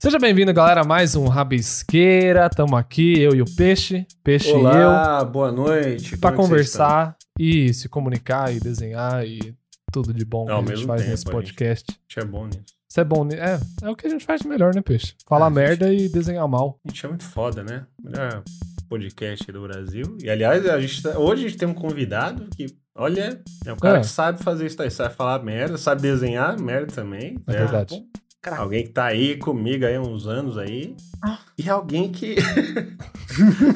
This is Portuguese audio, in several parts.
Seja bem-vindo, galera, a mais um Rabisqueira. Tamo aqui, eu e o Peixe. Peixe e Olá, boa noite. eu. Pra Como é que vocês estão? conversar e se comunicar e desenhar e tudo de bom que É Ao a gente mesmo faz tempo, nesse a gente- podcast. Isso é bom nisso. Isso é bom, né? É, é o que a gente faz de melhor, né, Peixe? Falar É, gente. merda e desenhar mal. A gente é muito foda, né? Melhor podcast do Brasil. E, aliás, a gente tá- hoje a gente tem um convidado que, olha, é um cara É. que sabe fazer isso aí, sabe falar merda, sabe desenhar merda também. É né? verdade. Pô, cara, alguém que tá aí comigo aí há uns anos aí. E alguém que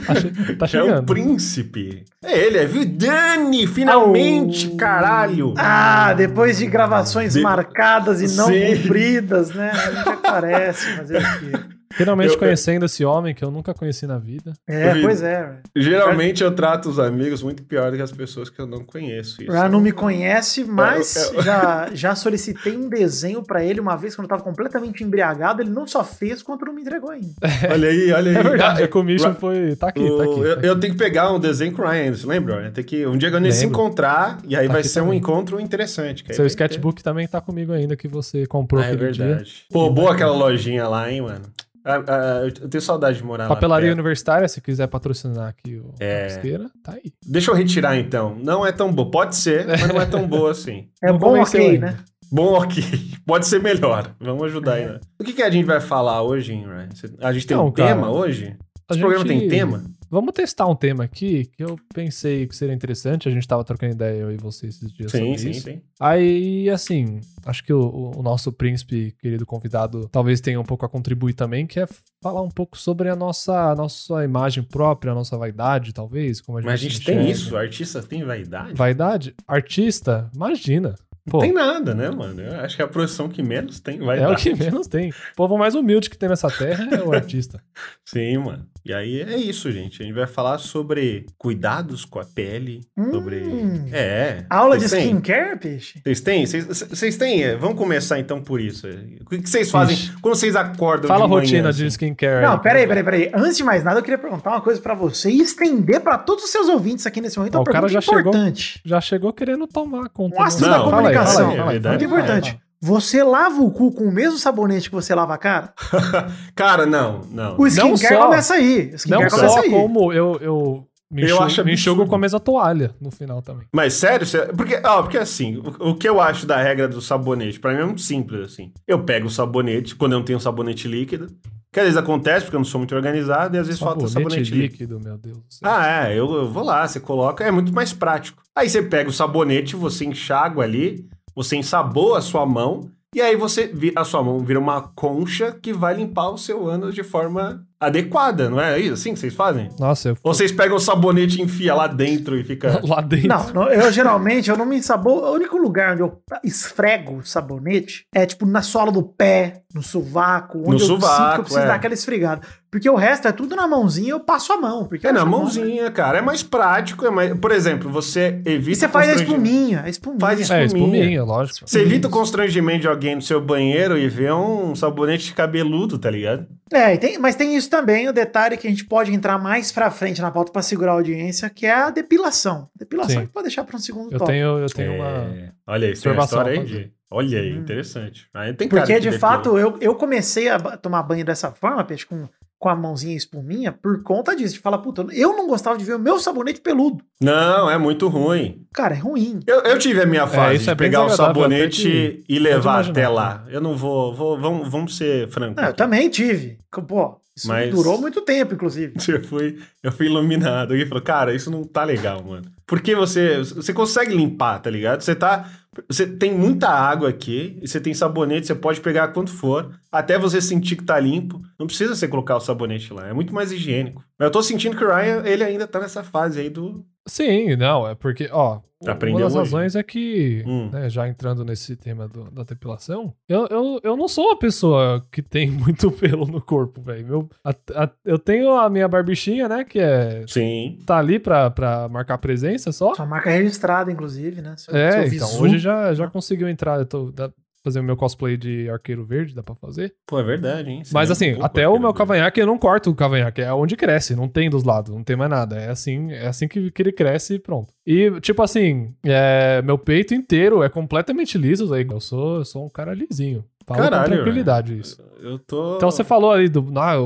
Tá, che- tá é o chegando. príncipe. É ele, é Vidani, finalmente, Au. caralho. Ah, depois de gravações De- marcadas e não Sim. cumpridas, né? A gente aparece, mas é o quê? Finalmente Eu- eu- conhecendo esse homem que eu nunca conheci na vida. É, Vi- pois é. velho. Geralmente eu trato os amigos muito pior do que as pessoas que eu não conheço. Isso Ah, Já é Ah, não um- me conhece, mas Eu- já, já solicitei um desenho pra ele uma vez quando eu tava completamente embriagado. Ele não só fez quanto não me entregou ainda. Olha aí, olha aí. É verdade, a commission Ra- foi. Tá aqui, Tá, O- tá aqui. eu, tá aqui. eu tenho que pegar um desenho com o Ryan, você lembra? Ryan? Tem que, um dia quando eles se Lembro. encontrar, e aí Tá vai aqui ser um também. encontro interessante. que aí Seu tem que ter. sketchbook também tá comigo ainda, que você comprou Ah, é aquele dia. verdade. Pô, boa aquela lojinha lá, hein, mano? Ah, ah, eu- eu tenho saudade de morar Papelaria lá. perto. Universitária, se quiser patrocinar aqui o É. Rabisqueira, tá aí. Deixa eu retirar então. Não é tão boa. Pode ser, mas não é tão boa assim. É Não bom, convenceu ok, ainda. né? Bom, ok. Pode ser melhor. Vamos ajudar aí. né? O que, que a gente vai falar hoje, hein, Ryan? Você- A gente tem Então, um tema cara, hoje? A Esse programa gente- tem tema? Vamos testar um tema aqui que eu pensei que seria interessante. A gente tava trocando ideia, eu e você, esses dias sobre Sim, sim, isso. tem. Aí, assim, acho que o, o nosso príncipe, querido convidado, talvez tenha um pouco a contribuir também, que é falar um pouco sobre a nossa, a nossa imagem própria, a nossa vaidade, talvez. Como a gente é. Mas a gente se tem enxerga. isso. Artista tem vaidade? Vaidade? Artista? Imagina. Pô, Tem nada, né, mano? Eu acho que é a profissão que menos tem vai é dar. o que menos tem. O povo mais humilde que tem nessa terra é o artista. Sim, mano. E aí é isso, gente. A gente vai falar sobre cuidados com a pele, Hum. sobre... É. Aula de Vocês têm? skincare, peixe? Vocês têm? Vocês- Vocês têm? É, Vamos começar então por isso. O que que vocês fazem? Ixi. Quando vocês acordam Fala a de manhã? rotina de assim? skincare. Não, aí. peraí, peraí, peraí. Antes de mais nada, eu queria perguntar uma coisa pra você e estender pra todos os seus ouvintes aqui nesse momento. Ó, Uma o cara pergunta já chegou. importante. Já chegou querendo tomar conta. Um astro do- da Fala aí, fala aí, fala aí, comunicação. É fala aí, Muito verdade. fala aí, importante. Você lava o cu com o mesmo sabonete que você lava a cara? Cara, não, não. O skincare só. começa aí. O skincare Não começa só aí. como eu, eu me, Eu enxugo, acho me enxugo absurdo. com a mesma toalha no final também. Mas sério, sério? porque, ó, porque assim, o, o que eu acho da regra do sabonete, pra mim é muito simples, assim. Eu pego o sabonete, quando eu não tenho sabonete líquido, que às vezes acontece porque eu não sou muito organizado, e às vezes falta sabonete líquido. líquido, meu Deus. do céu. Ah, é, eu, eu vou lá, você coloca, é muito mais prático. Aí você pega o sabonete, você enxágua ali, você ensaboa a sua mão, e aí você vi- a sua mão vira uma concha que vai limpar o seu ânus de forma adequada, não é isso? Assim que vocês fazem? Nossa, eu Ou vocês pegam o sabonete e enfia lá dentro e fica. lá dentro. É, Não, não, eu geralmente eu não me ensaboo. O único lugar onde eu esfrego sabonete é tipo na sola do pé, no sovaco, onde No eu sinto que sovaco, eu preciso é. dar aquela esfregada. Porque o resto é tudo na mãozinha, eu passo a mão. Porque É eu na acho bom. mãozinha, cara. É mais prático. É mais... Por exemplo, você evita. E você faz a constrangimento- espuminha, a espuminha. Faz é, espuminha. espuminha, lógico. Você evita o constrangimento de alguém no seu banheiro e vê um sabonete cabeludo, tá ligado? É, e tem- mas tem isso também, o detalhe que a gente pode entrar mais pra frente na pauta pra segurar a audiência, que é a depilação. Depilação Sim. a gente pode deixar pra um segundo Eu tópico. tenho, eu tenho É. uma. Olha aí, tem observação uma história aí a fazer. de... Olha aí, Hum. interessante. Aí tem cara Porque, que de depila. fato, eu, eu comecei a ba- tomar banho dessa forma, peixe, com, com a mãozinha e espuminha, por conta disso. De falar, puta, eu não gostava de ver o meu sabonete peludo. Não, é muito ruim. Cara, é ruim. Eu, eu tive a minha fase isso de é bem pegar o desagradável, até sabonete e levar pode até imaginar. lá. Eu não vou... vou vamos, vamos ser francos. Não, É, eu também tive. Que, Pô, isso Mas- durou muito tempo, inclusive. Eu fui, eu fui iluminado. Alguém falou, cara, isso não tá legal, mano. Porque você, você consegue limpar, tá ligado? Você tá. Você tem muita água aqui, e você tem sabonete, você pode pegar quanto for, até você sentir que tá limpo. Não precisa você colocar o sabonete lá, é muito mais higiênico. Mas eu tô sentindo que o Ryan, ele ainda tá nessa fase aí do. Sim, não, é porque, ó. Aprendeu uma das hoje. né? razões é que, Hum. né, já entrando nesse tema do- da depilação, eu, eu, eu não sou uma pessoa que tem muito pelo no corpo, velho. Meu- a- a- Eu tenho a minha barbichinha, né, que é. Sim. Tá ali pra, pra marcar presença só. Sua marca é registrada, inclusive, né? Seu- seu É, então, visu. hoje já, já conseguiu entrar, eu tô dá- fazer o meu cosplay de arqueiro verde, dá pra fazer. Pô, é verdade, hein? Você Mas lembra um assim, pouco até o aquele meu do- cavanhaque, eu não corto o cavanhaque, é onde cresce, não tem dos lados, não tem mais nada. É assim, é assim que, que ele cresce e pronto. E, tipo assim, é, meu peito inteiro é completamente liso, aí eu sou, eu sou um cara lisinho. Falo Caralho, com tranquilidade isso. Eu tô. Então você falou ali do ah, o,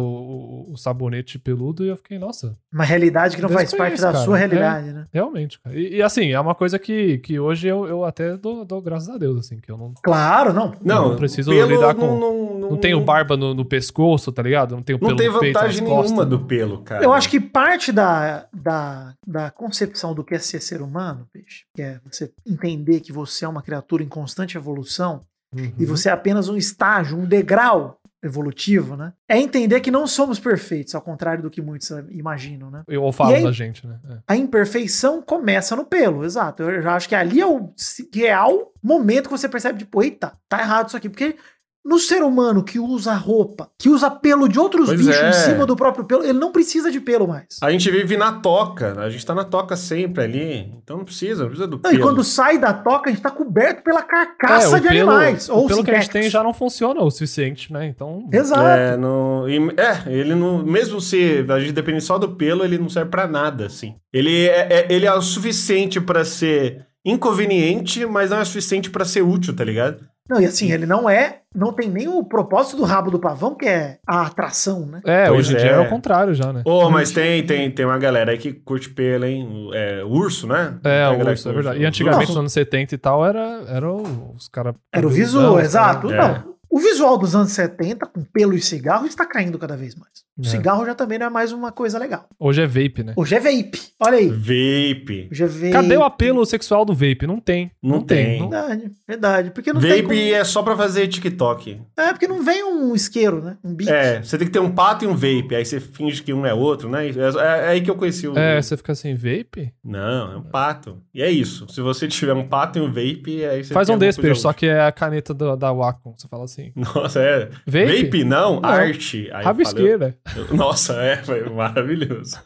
o- o sabonete peludo e eu fiquei, nossa, Uma realidade que não faz Desconheço, parte da cara. sua É. realidade, né? realmente, cara. E, e, assim, é uma coisa que, que hoje eu, eu até dou, dou graças a Deus, assim, que eu não, Claro, não. Eu Não, não preciso pelo lidar Não, com- não, não, não tenho barba no, no pescoço, tá ligado? Não tenho Uhum. Não pelo tem no peito, vantagem nas costas. nenhuma do pelo, cara. Eu acho que parte da, da, da concepção do que é ser ser humano, peixe, que é você entender que você é uma criatura em constante evolução Uhum. e você é apenas um estágio, um degrau evolutivo, né? É entender que não somos perfeitos, ao contrário do que muitos eh, imaginam, né? Eu falo E aí- da gente, né? É. A imperfeição começa no pelo, exato. Eu já acho que ali é o se- que é o momento que você percebe, tipo, eita, tá errado isso aqui. Porque no ser humano que usa roupa, que usa pelo de outros Pois bichos é. em cima do próprio pelo, ele não precisa de pelo mais. A gente vive na toca, a gente tá na toca sempre ali, então não precisa, não precisa do Não, pelo. e quando sai da toca, a gente tá coberto pela carcaça É, o de pelo- animais. o Ou pelo que a gente sintéticos. tem já não funciona o suficiente, né? Então, Exato. É, no, e- é, ele não. Mesmo se a gente depende só do pelo, ele não serve pra nada, assim. Ele é, é- ele é o suficiente pra ser inconveniente, mas não é o suficiente pra ser útil, tá ligado? Não, e assim, ele não é. Não tem nem o propósito do rabo do pavão, que é a atração, né? é, Pois hoje em é. dia é o contrário já, né? Ô, mas tem, tem, tem uma galera aí que curte pelo, hein? O- É, urso, né? Tem É, a o galera urso, que é curte verdade. os E antigamente, ursos. nos anos 70 e tal, era, era o- os caras. Era o visual, né? exato. é. Não. O visual dos anos 70, com pelo e cigarro, está caindo cada vez mais. O É. cigarro já também não é mais uma coisa legal. Hoje é vape, né? Hoje é vape. Olha aí. Vape. Hoje é vape. Cadê o apelo sexual do vape? Não tem. Não Não, tem. tem. não- Verdade, verdade. Porque não Vape tem. como- é só pra fazer TikTok. É, porque não vem um isqueiro, né? Um bicho. É, você tem que ter um pato e um vape. Aí você finge que um é outro, né? É, é- é aí que eu conheci o. É, você fica assim, vape? Não, é um pato. E é isso. Se você tiver um pato e um vape, aí você. Faz tem um alguma desse, coisa peixe, só que é a caneta da, da Wacom. Você fala assim. útil. Nossa, é. Vape, Vape? não, Não. arte. Aí eu falei, Rabisqueira. eu- nossa, é, foi maravilhoso.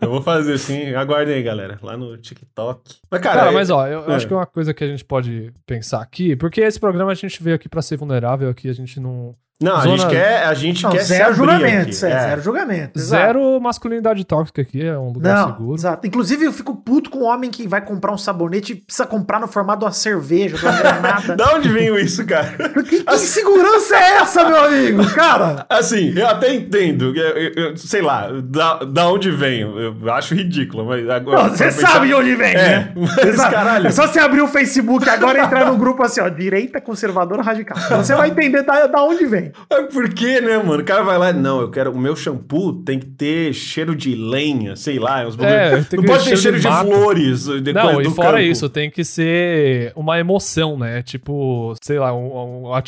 eu vou fazer assim. Aguardem aí, galera. Lá no TikTok. Mas, cara, Cara, mas ó, eu, eu é. acho que é uma coisa que a gente pode pensar aqui, porque esse programa a gente veio aqui pra ser vulnerável, aqui a gente não. não, a zona- gente quer, a gente Não, quer se zero abrir julgamentos. É, aqui. É. Zero julgamentos. exato. Zero masculinidade tóxica aqui, é um lugar Não, seguro. exato. Inclusive, eu fico puto com o homem que vai comprar um sabonete e precisa comprar no formato de uma cerveja, de uma granada. Da onde veio isso, cara? que, Então, que segurança é essa, meu amigo? Cara, Assim, eu até entendo, eu- eu- eu- sei lá, da, da onde vem, eu acho ridículo, mas agora... não, você pra pensar- sabe de onde vem, É, né? mas Exato. caralho. É só você abrir o Facebook agora e entrar no grupo assim, ó, direita conservadora radical. Então, Você vai entender da, da onde vem. É Por quê, né, mano? O cara vai lá, não, eu quero, o meu shampoo tem que ter cheiro de lenha, sei lá, uns bagulho- É, tem não que pode ter ter cheiro cheiro de, de mato. flores, eh, de Não, coisa e do fora campo. isso, tem que ser uma emoção, né? Tipo, sei lá, um- um- uma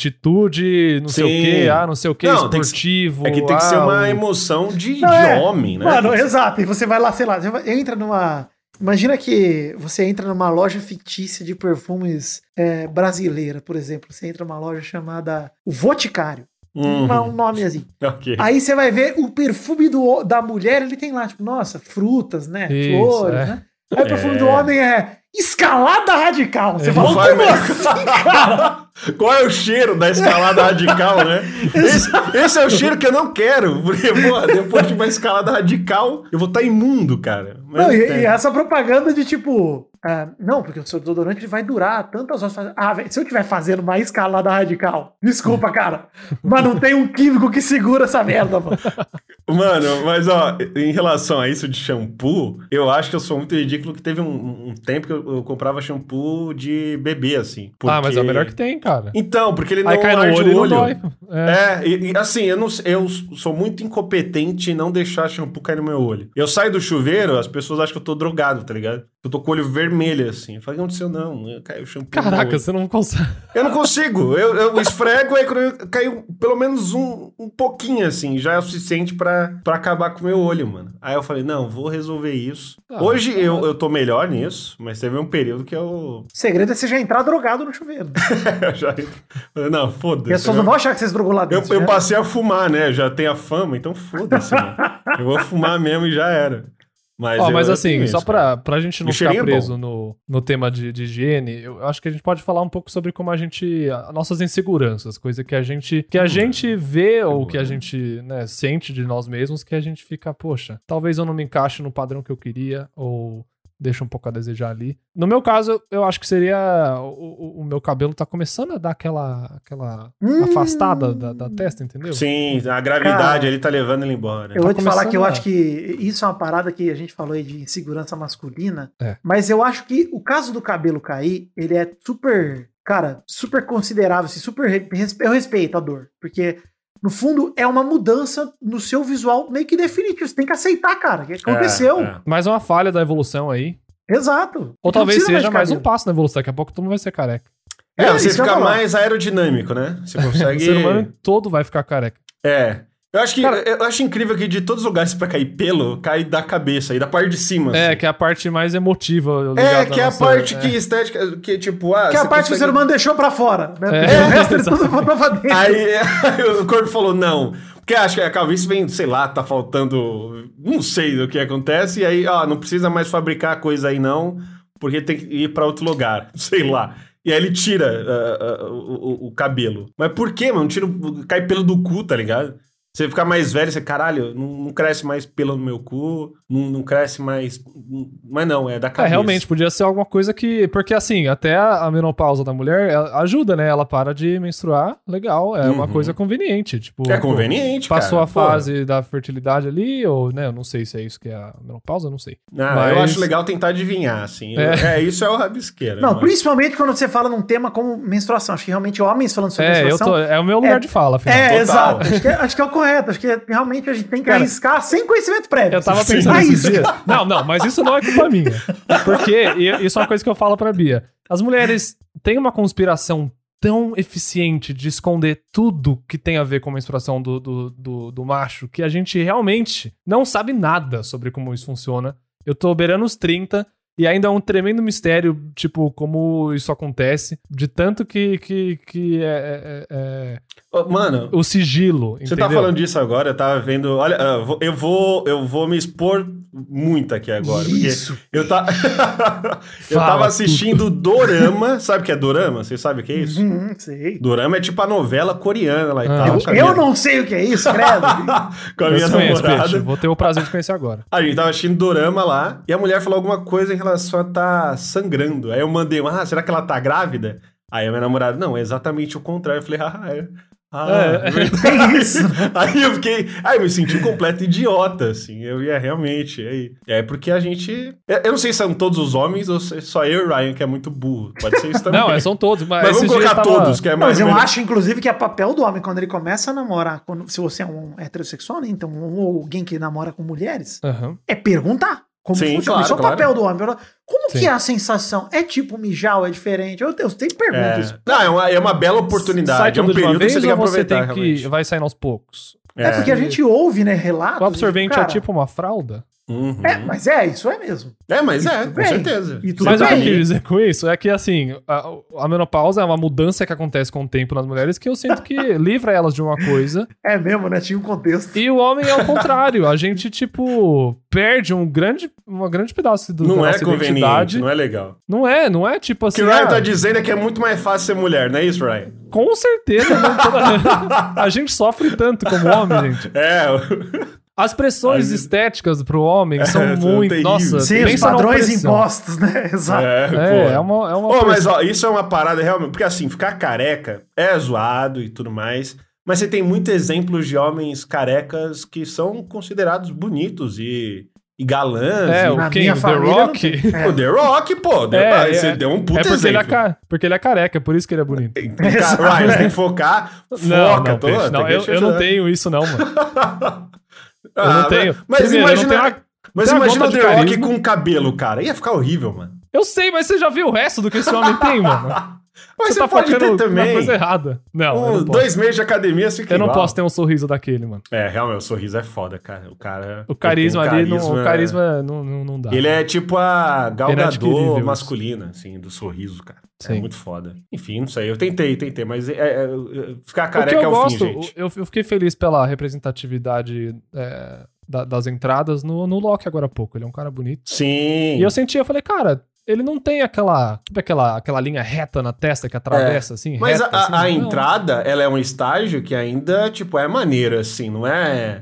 atitude, não sei Sim. o quê, ah, não sei o quê, Não, tem que- esportivo. É que tem que ah, ser uma o- emoção de, um- Não, de é. homem, né? Mano, exato. E você vai lá, sei lá, você vai- entra numa. Imagina que você entra numa loja fictícia de perfumes é, brasileira, por exemplo. Você entra numa loja chamada O Voticário. Hum, Não, um nome assim. ok. Aí você vai ver o perfume do, da mulher, ele tem lá, tipo, nossa, frutas, né? Isso, Flores, é. né? Aí o perfume É. do homem é escalada radical. Você fala, Vai, como mas- assim, cara? Qual é o cheiro da escalada radical, né? Esse, esse é o cheiro que eu não quero, porque, pô, depois de uma escalada radical, eu vou estar imundo, cara. Mas Não, não e, tem. e essa propaganda de tipo, ah, não, porque o seu desodorante ele vai durar tantas horas. faz- Ah, velho, se eu estiver fazendo uma escalada radical, desculpa, cara, mas não tem um químico que segura essa merda, mano. Mano, mas ó, em relação a isso de shampoo, eu acho que eu sou muito ridículo que teve um, um tempo que eu, eu comprava shampoo de bebê, assim. Ah, mas é o porque- melhor que tem, cara. Então, porque ele não Aí cai no arde olho e o não olho. dói. É. É, e, e, assim, eu, não, sei- eu sou muito incompetente em não deixar shampoo cair no meu olho. Eu saio do chuveiro, as pessoas acham que eu tô drogado, tá ligado? Eu tô com o olho vermelho, assim. Eu falo, o que aconteceu? Não, eu- caiu shampoo no meu Caraca, olho." você não consegue. Eu não consigo. Eu, eu esfrego, aí quando eu- caiu pelo menos um, um pouquinho, assim, já é o suficiente pra, pra acabar com o meu olho, mano. Aí eu falei, não, vou resolver isso. Ah, Hoje eu, eu tô melhor nisso, mas teve um período que eu, O segredo é você já entrar drogado no chuveiro. eu já... falei, Não, As foda-se. pessoas não Eu, vão achar que você se drogou lá eu, dentro. eu né? passei a fumar, né? Eu já tenho a fama, então foda-se, mano. Eu vou fumar mesmo e já era. Mas, Ó, eu- mas eu assim, tenho só isso, cara. pra, pra gente O não ficar cheirinho é bom. preso no, no tema de, de higiene, eu acho que a gente pode falar um pouco sobre como a gente. a- nossas inseguranças, coisa que a gente. que a gente vê ou Hum, boa, que a né? gente né, sente de nós mesmos, que a gente fica, poxa, talvez eu não me encaixe no padrão que eu queria, ou deixa um pouco a desejar ali. No meu caso, eu- eu acho que seria. O, o- o meu cabelo tá começando a dar aquela, aquela Hum. afastada da, da testa, entendeu? Hum. Sim, a gravidade Cara, ali tá levando ele embora. Eu vou te falar que É. começando eu a- acho que isso é uma parada que a gente falou aí de insegurança masculina, É. mas eu acho que o caso do cabelo cair, ele é super, cara, super considerável, assim, super re- res- eu respeito a dor, porque no fundo é uma mudança no seu visual meio que definitivo, você tem que aceitar, cara, que aconteceu. É, é. Mais uma falha da evolução aí. Exato. é. Ou Não Então talvez precisa seja de mais um cabelo. passo na evolução. Daqui a pouco todo mundo vai ser careca. É, É, você isso que eu ia fica falar. mais aerodinâmico, né? Você consegue. O ser humano todo vai ficar careca. É. Eu acho que Cara- eu acho incrível que de todos os lugares pra cair pelo, cai da cabeça e da parte de cima. É, assim. que é a parte mais emotiva. é, ligada que é à a nossa- parte é. que estética, que tipo, ah, Que é a você parte que o consegue- ser humano deixou pra fora, né? É. Porque o resto ele tudo botou pra dentro. Aí, aí o corpo falou não. Porque acho que a calvície vem, sei lá, tá faltando. Não sei do que acontece. E aí, ó, não precisa mais fabricar coisa aí não, porque tem que ir pra outro lugar. Sei lá. E aí ele tira ah, ah, o, o- o cabelo. Mas por que, mano? Tira, o- cai pelo do cu, tá ligado? Você ficar mais velho, você, caralho, não, não cresce mais pelo no meu cu, não, não cresce mais. Mas não, é da É, cabeça. realmente, podia ser alguma coisa que. Porque, assim, até a a menopausa da mulher ela ajuda, né? Ela para de menstruar, legal. É uma Uhum. coisa conveniente. Tipo, É pô, conveniente, Passou cara. a fase da fertilidade ali, ou, né? Eu não sei se é isso que é a menopausa, eu não sei. Pô, ah, Eu mas- acho legal tentar adivinhar, assim. Eu- É. É, isso é o rabisqueiro. Não, eu acho. principalmente quando você fala num tema como menstruação. Acho que realmente homens falando sobre É, eu menstruação tô, é o meu lugar de fala, afinal. É, Total. exato. Acho que, é- acho que é o correto. Acho que é- realmente a gente tem que Cara, arriscar sem conhecimento prévio. Eu tava Sim. pensando Ah, esses isso. dias. Não, não, mas isso não é culpa minha. Porque e- isso é uma coisa que eu falo pra Bia. As mulheres têm uma conspiração tão eficiente de esconder tudo que tem a ver com a menstruação do, do, do, do macho que a gente realmente não sabe nada sobre como isso funciona. Eu tô beirando os 30 e ainda é um tremendo mistério, tipo, como isso acontece, de tanto que, que, que é, é- é- é Ô, Mano, o sigilo, você entendeu? tá falando disso agora, eu tava vendo. Olha, ah, vou- eu vou, eu vou me expor muito aqui agora. porque Isso. Eu, ta... eu Fala, tava Tuto. assistindo Dorama. Sabe o que é Dorama? Você sabe o que é isso? Hum, sei. Dorama é tipo a novela coreana lá e Ah. tal. Eu- com a Eu minha- não sei o que é isso, credo. Com a Eu minha te conheço, namorada. Peixe. Vou ter o prazer de conhecer agora. A gente tava assistindo Dorama lá, e a mulher falou alguma coisa em relação a tá sangrando. Aí eu mandei, uma, ah, será que ela tá grávida? Aí a minha namorada, não, é exatamente o contrário. Eu falei, ah, é. Ah, É. é verdade. Que isso? né? Aí eu fiquei. Aí eu me senti um completo idiota, assim. Eu ia realmente. Aí, é porque a gente. eu- Eu não sei se são todos os homens ou se é só eu e o Ryan, que é muito burro. Pode ser isso também. Não, é, são todos, mas, Mas vamos esses dias colocar tava- todos, que é mais. Mas eu ou menos- acho, inclusive, que é papel do homem quando ele começa a namorar. quando- se você é um heterossexual, né? Então, ou alguém que namora com mulheres, Aham. é perguntar. Como Sim, funciona? claro, Isso é o claro. papel do homem. perguntar, Como Sim. que é a sensação? É tipo mijar ou é diferente? Eu, eu sempre pergunto isso. É. Não, é uma, é uma bela oportunidade. Sai é um tudo de uma período que vez você tem que ou você aproveitar. tem que... realmente. Vai saindo aos poucos? É, porque a gente ouve, né, relatos. O absorvente cara, é tipo uma fralda? Uhum. É, mas é, isso é mesmo. É, mas é, com bem. certeza. E tudo Mas é o que eu bem. quis dizer com isso é que, assim, a, a menopausa é uma mudança que acontece com o tempo nas mulheres que eu sinto que livra elas de uma coisa. É mesmo, né? Tinha um contexto. E o homem é o contrário. A gente, tipo, perde um grande, uma grande pedaço do, Não da é nossa conveniente, identidade. não é legal. Não é, não é tipo O que assim. o Ryan ah, tá dizendo é que é muito mais fácil ser mulher, não é isso, Ryan? Com certeza. não toda- a gente sofre tanto como homem, gente. É, As pressões As- estéticas pro homem são É, são muito. terríveis. Nossa, Sim, os pensa numa padrões pressão. impostos, né? Exato. é, pô. É, é uma. É uma Ô, pressão. mas ó, isso é uma parada realmente. Porque assim, ficar careca é zoado e tudo mais. Mas você tem muitos exemplos de homens carecas que são considerados bonitos e, e galãs. É, e- o Na quem? minha O The família não Rock? tem. É. O The Rock, pô. The- É, ah, você é. deu um puta é porque ele é, exemplo. ca- porque ele é careca, por isso que ele é bonito. Tem- tem Exato. ca- Ryan, você tem que focar. Foca, Não, não, tô- peixe, tem não que eu, te eu não ajudar. tenho isso, não, mano. Eu Ah, não tenho. Mas Primeiro, eu não imagina, tenho a- mas tenho a imagina o gota The de Rock carisma. com cabelo, cara. Ia ficar horrível, mano. Eu sei, mas você já viu o resto do que esse homem tem, mano. Mas você tá pode focando ter na também. coisa errada. Não, eu Um, não posso. dois meses de academia, você Eu não posso ter um sorriso daquele, mano. É, realmente, o sorriso é foda, cara. O cara. O carisma ele tem um ali, não, o carisma não, não, não dá. Ele é tipo a Inadquirível galgador isso. masculina, assim, do sorriso, cara. Sim. É muito foda. Enfim, não sei. Eu tentei, tentei, mas é- é- é- ficar o que careca eu é o gosto, fim, gente. eu, eu fiquei feliz pela representatividade é, da- das entradas no, no Loki agora há pouco. Ele é um cara bonito. Sim. E eu senti, eu falei, cara, ele não tem aquela, sabe aquela, aquela linha reta na testa que atravessa, assim, É. mas a, reta, assim, a- a não. entrada, ela é um estágio que ainda, tipo, é maneiro, assim, não é.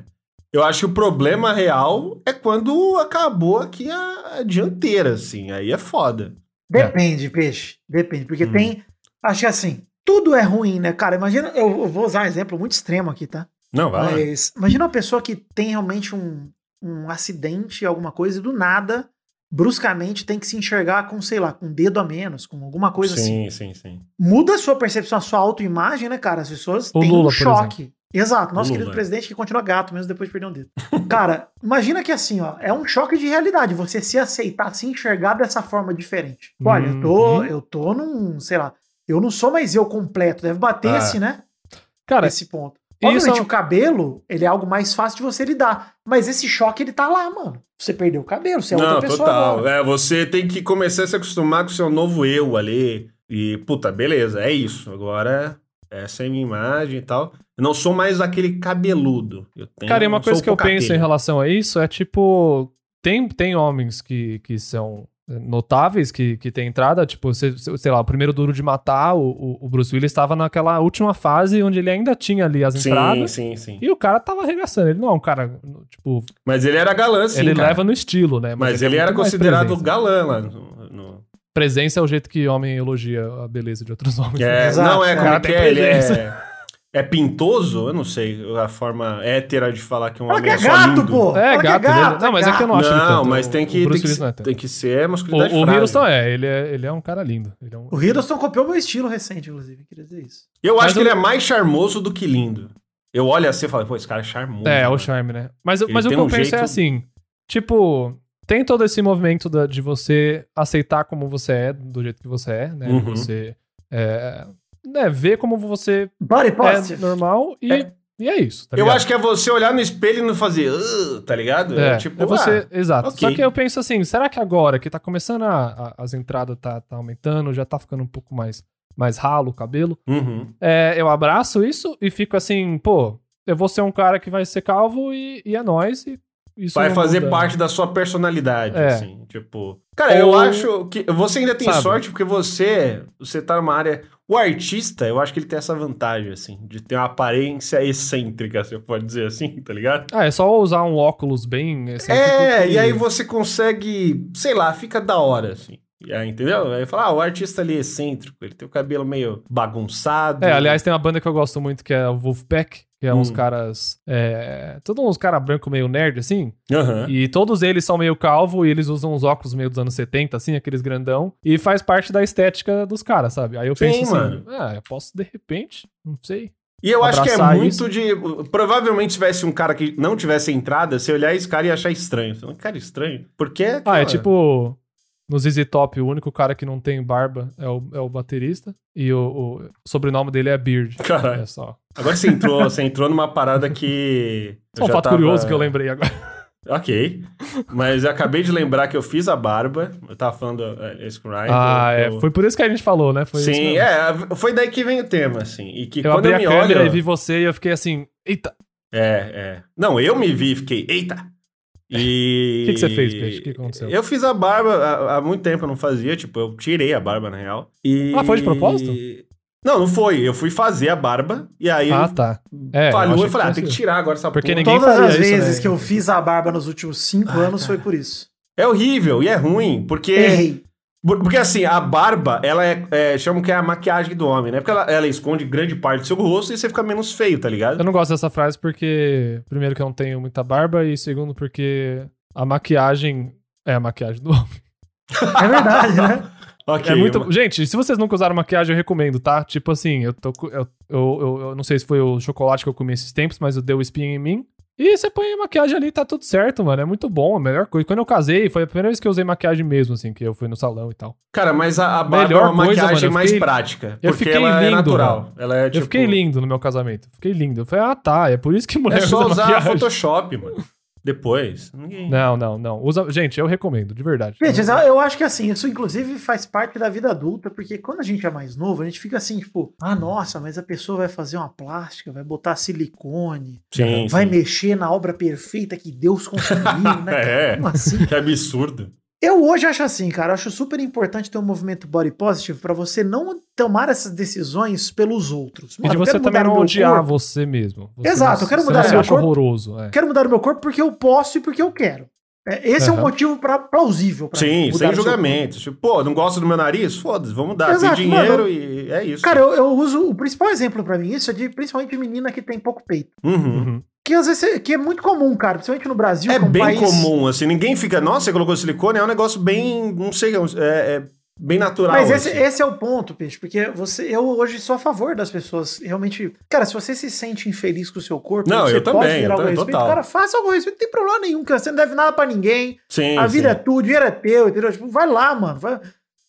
Eu acho que o problema real é quando acabou aqui a a dianteira, assim. Aí é foda. Depende, peixe. Depende. Hum. Porque tem. Acho que assim, tudo é ruim, né, cara? Imagina. Eu, eu vou usar um exemplo muito extremo aqui, tá? Não, vai lá. Mas imagina uma pessoa que tem realmente um, um acidente, alguma coisa, e do nada, bruscamente, tem que se enxergar com, sei lá, com um dedo a menos, com alguma coisa assim. sim, sim, sim. Muda a sua percepção, a sua autoimagem, né, cara? As pessoas O têm Lula, um por choque. Exato, nosso Lula. é. querido presidente que continua gato mesmo depois de perder um dedo. Cara, imagina que assim, ó, é um choque de realidade você se aceitar, se enxergar dessa forma diferente. Olha, eu tô, Uhum. eu tô num, sei lá, eu não sou mais eu completo, deve bater Ah. esse, né? É. Cara, esse ponto. isso Obviamente, é- tipo, o cabelo, ele é algo mais fácil de você lidar. Mas esse choque, ele tá lá, mano. Você perdeu o cabelo, você é outra Não, pessoa total. agora. É, você tem que começar a se acostumar com o seu novo eu ali. E, puta, beleza, é isso. Agora, essa é a minha imagem e tal. Eu não sou mais aquele cabeludo. Eu tenho, Cara, e uma eu coisa sou um que eu pouca penso em telha. relação a isso é tipo. Tem, tem homens que, que são notáveis, que, que tem entrada, tipo, se- se- sei lá, o primeiro duro de matar, o- o, o Bruce Willis estava naquela última fase onde ele ainda tinha ali as Sim, entradas. sim, sim. E o cara tava arregaçando. Ele não é um cara, tipo, Mas ele era galã, sim. ele cara. leva no estilo, né? Mas é ele era muito mais considerado presença. galã lá. no- no- Presença é o jeito que homem elogia a beleza de outros homens. né? É, Exato, não é é. como Cara, é que tem é, ele é. presença. É pintoso? Eu não sei a forma hétera de falar que um Fala que homem é é só gato, lindo. pô. Fala É, que gato. ele- Não, mas é que eu não acho ele Não, tanto. mas O- tem que, O tem Bruce que, Willis não é tanto. tem que ser O, masculinidade o frágil. Hiddleston é, ele é, ele é um cara lindo. Ele é um, O Hiddleston copiou meu estilo recente, inclusive. Queria dizer isso. Eu Mas acho que eu- ele é mais charmoso do que lindo. Eu olho assim e falo, pô, esse cara é charmoso. É, é o mano. charme, né? Mas, Ele mas o que tem eu um penso é jeito- assim: tipo, tem todo esse movimento da- de você aceitar como você é, do jeito que você é, né? Uhum. Você é, né, ver como você Body é positive. normal e É. é, e é isso. tá Eu ligado? acho que é você olhar no espelho e não fazer, "Ugh", tá ligado? É, tipo, é você, ah, exato. ok. Só que eu penso assim, será que agora que tá começando a- a- as entradas tá, tá aumentando, já tá ficando um pouco mais, mais ralo o cabelo, uhum. é, eu abraço isso e fico assim, pô, eu vou ser um cara que vai ser calvo e, e é nóis. E isso vai não fazer muda. parte da sua personalidade, É. assim, tipo. Cara, eu Ou- acho que você ainda tem Sabe? sorte porque você, você tá numa área o artista, eu acho que ele tem essa vantagem assim, de ter uma aparência excêntrica, você pode dizer assim, tá ligado? Ah, é só usar um óculos bem. excêntrico É, que- e aí você consegue, sei lá, fica da hora, assim. E aí, entendeu? Aí fala, ah, o artista ali é excêntrico, ele tem o cabelo meio bagunçado. É, aliás, tem uma banda que eu gosto muito que é o Wolfpack, que é uns Hum. caras. É, todos uns caras branco meio nerd, assim. Aham. E todos eles são meio calvo e eles usam uns óculos meio dos anos 70, assim, aqueles grandão. E faz parte da estética dos caras, sabe? Aí eu Sim, penso assim, mano. ah, eu posso de repente, não sei. E eu acho que é abraçar muito isso. de. Provavelmente se tivesse um cara que não tivesse entrada, você olhar esse cara e achar estranho. Você fala, cara, estranho. Porque. Ah, é cara, tipo. No ZZ Top, o único cara que não tem barba é o, é o baterista. E o, o sobrenome dele é Beard. Caralho. É só. Agora você entrou, você entrou numa parada que. Só um eu já fato tava- curioso que eu lembrei agora. Ok. Mas eu acabei de lembrar que eu fiz a barba. Eu tava falando eh, esse Ryan. Ah, eu- é. eu- Foi por isso que a gente falou, né? Foi isso Sim, mesmo. é. Foi daí que vem o tema, assim. E que Eu quando abri eu a me câmera olho. e vi você e eu fiquei assim, eita, É, é. Não, eu me vi e fiquei, eita! E. O que que você fez, Peixe? O que aconteceu? Eu fiz a barba, há, há muito tempo eu não fazia, tipo, eu tirei a barba, na real. E- Ah, foi de propósito? Não, não foi. Eu fui fazer a barba e aí ah tá. É, falhou achei eu falei, ah, fosse- tem que tirar agora essa Porque porra. ninguém Todas faria as isso, vezes né? Ah, tá. que eu fiz a barba nos últimos cinco anos foi por isso. É horrível e é ruim, porque. Errei. por- Porque assim, a barba, ela é, é. Chamam que é a maquiagem do homem, né? Porque ela, ela esconde grande parte do seu rosto e você fica menos feio, tá ligado? Eu não gosto dessa frase porque, primeiro, que eu não tenho muita barba e, segundo, porque a maquiagem é a maquiagem do homem. É verdade, né? Ok, é muito... uma- Gente, se vocês nunca usaram maquiagem, eu recomendo, tá? Tipo assim, eu tô. co- Eu, eu, eu, eu não sei se foi o chocolate que eu comi esses tempos, mas eu dei o espinho em mim. E você põe a maquiagem ali, tá tudo certo, mano. É muito bom, é a melhor coisa. Quando eu casei, foi a primeira vez que eu usei maquiagem mesmo, assim, que eu fui no salão e tal. Cara, mas a, a barba Melhor é uma coisa, maquiagem mano, eu mais fiquei- prática. eu porque fiquei ela é lindo, natural. mano. Ela é, Eu tipo, fiquei lindo no meu casamento. Fiquei lindo. Eu falei, ah, tá. É por isso que né, mulher É só usa usar maquiagem. Photoshop, mano. Depois. Ninguém... Né? Não, não, não. Usa... Gente, eu recomendo, de verdade. Gente, mas eu- eu acho que assim, isso inclusive faz parte da vida adulta, porque quando a gente é mais novo, a gente fica assim, tipo, ah, nossa, mas a pessoa vai fazer uma plástica, vai botar silicone, Sim, vai sim. mexer na obra perfeita que Deus construiu, né? É. Como assim? Que absurdo. Eu hoje acho assim, cara. Eu acho super importante ter um movimento body positive pra você não tomar essas decisões pelos outros. E de eu quero você também mudar o não meu odiar corpo. você mesmo. Você Exato, não- eu quero você mudar não se meu acha corpo. horroroso. É. Quero mudar o meu corpo porque eu posso e porque eu quero. É, esse é Aham. um motivo pra, plausível. Pra Sim, mudar sem o seu julgamentos. Tipo, pô, não gosto do meu nariz? Foda-se, vamos dar. Exato, tem dinheiro e é isso. Cara, eu, eu uso o principal exemplo pra mim, isso é de principalmente menina que tem pouco peito. Uhum. Uhum. Que às vezes é- que é muito comum, cara, principalmente no Brasil. É que um bem país- comum, assim. Ninguém fica, nossa, você colocou silicone, é um negócio bem, não sei, é, é bem natural. Mas esse, assim. esse é o ponto, peixe, porque você, eu hoje sou a favor das pessoas realmente. Cara, se você se sente infeliz com o seu corpo, Não, você eu também, eu algo a também, respeito, total. cara, faça algo a respeito, não tem problema nenhum, cara. Você não deve nada pra ninguém. Sim, a vida é sim. tua, o dinheiro é teu, entendeu? Tipo, vai lá, mano. vai-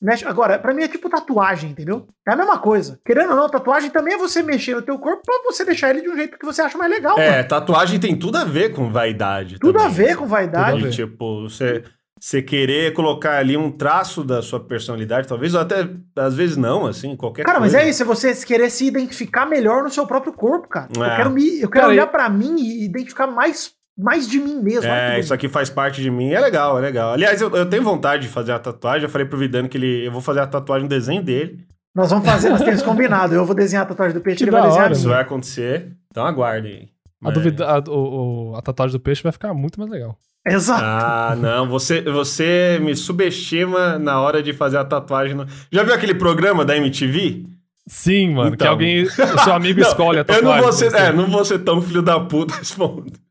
mexe. Agora, pra mim é tipo tatuagem, entendeu? É a mesma coisa. Querendo ou não, tatuagem também é você mexer no teu corpo pra você deixar ele de um jeito que você acha mais legal, mano. É, tatuagem tem tudo a ver com vaidade. Tudo também, a ver assim. com Tudo a vaidade. ver. De, tipo, você, você querer colocar ali um traço da sua personalidade, talvez, ou até às vezes não, assim, qualquer Cara, mas coisa. é isso, é você querer se identificar melhor no seu próprio corpo, cara. É. Eu quero, me, eu quero Cara, olhar pra mim e identificar mais, mais de mim mesmo. Olha que É, doido. isso aqui faz parte de mim. É legal, é legal. Aliás, eu, eu tenho vontade de fazer a tatuagem. Eu falei pro Vidano que ele, eu vou fazer a tatuagem no desenho dele. Nós vamos fazer, nós temos combinado. Eu vou desenhar a tatuagem do peixe, Que ele vai da desenhar a hora, Isso minha. vai acontecer. Então É. aguardem. A, duvida, a, o- o- a tatuagem do peixe vai ficar muito mais legal. Exato. Ah, não. Você, você me subestima na hora de fazer a tatuagem. no- Já viu aquele programa da MTV? Sim, mano. Que Então. alguém. O seu amigo Não, escolhe a Eu tatuagem. não vou ser, pra assim. você. é, não vou ser tão filho da puta nesse ponto.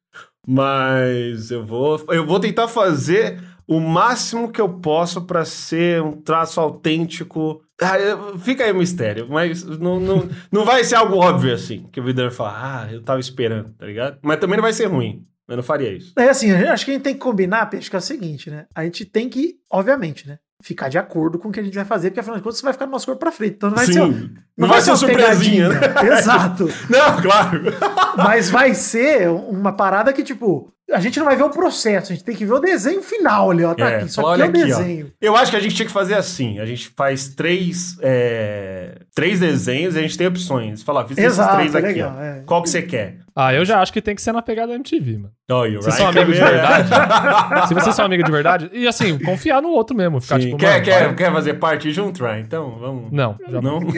Mas eu vou, eu vou tentar fazer o máximo que eu posso pra ser um traço autêntico. Ah, eu- fica aí o mistério, mas não, não, não vai ser algo óbvio assim, que o Vidano fala, ah, eu tava esperando, tá ligado? Mas também não vai ser ruim, eu não faria isso. É assim, eu acho que a gente tem que combinar, peixe, que é o seguinte, né? A gente tem que, obviamente, né? Ficar de acordo com o que a gente vai fazer, porque afinal de contas você vai ficar no nosso corpo pra frente. Então não vai Sim, ser. um não, vai ser uma surpresinha, né? pegadinha. Exato. Não, claro. Mas vai ser uma parada que, tipo, a gente não vai ver o processo, a gente tem que ver o desenho final ali, ó. Tá É, aqui, isso fala, aqui é o olha aqui, ó. desenho. Eu acho que a gente tinha que fazer assim. A gente faz três, é, três desenhos e a gente tem opções. Falar, fiz Exato, esses três é aqui. legal, ó. é. Qual que você quer? Ah, eu já acho que tem que ser na pegada da MTV, mano. Oh, you're Vocês são amigos um de verdade? Se vocês são amigos de verdade. E assim, confiar no outro mesmo. Ficar tipo. quer, mano, quer, vai- quer fazer parte junto, Ryan? Então, vamos. Não, já Não?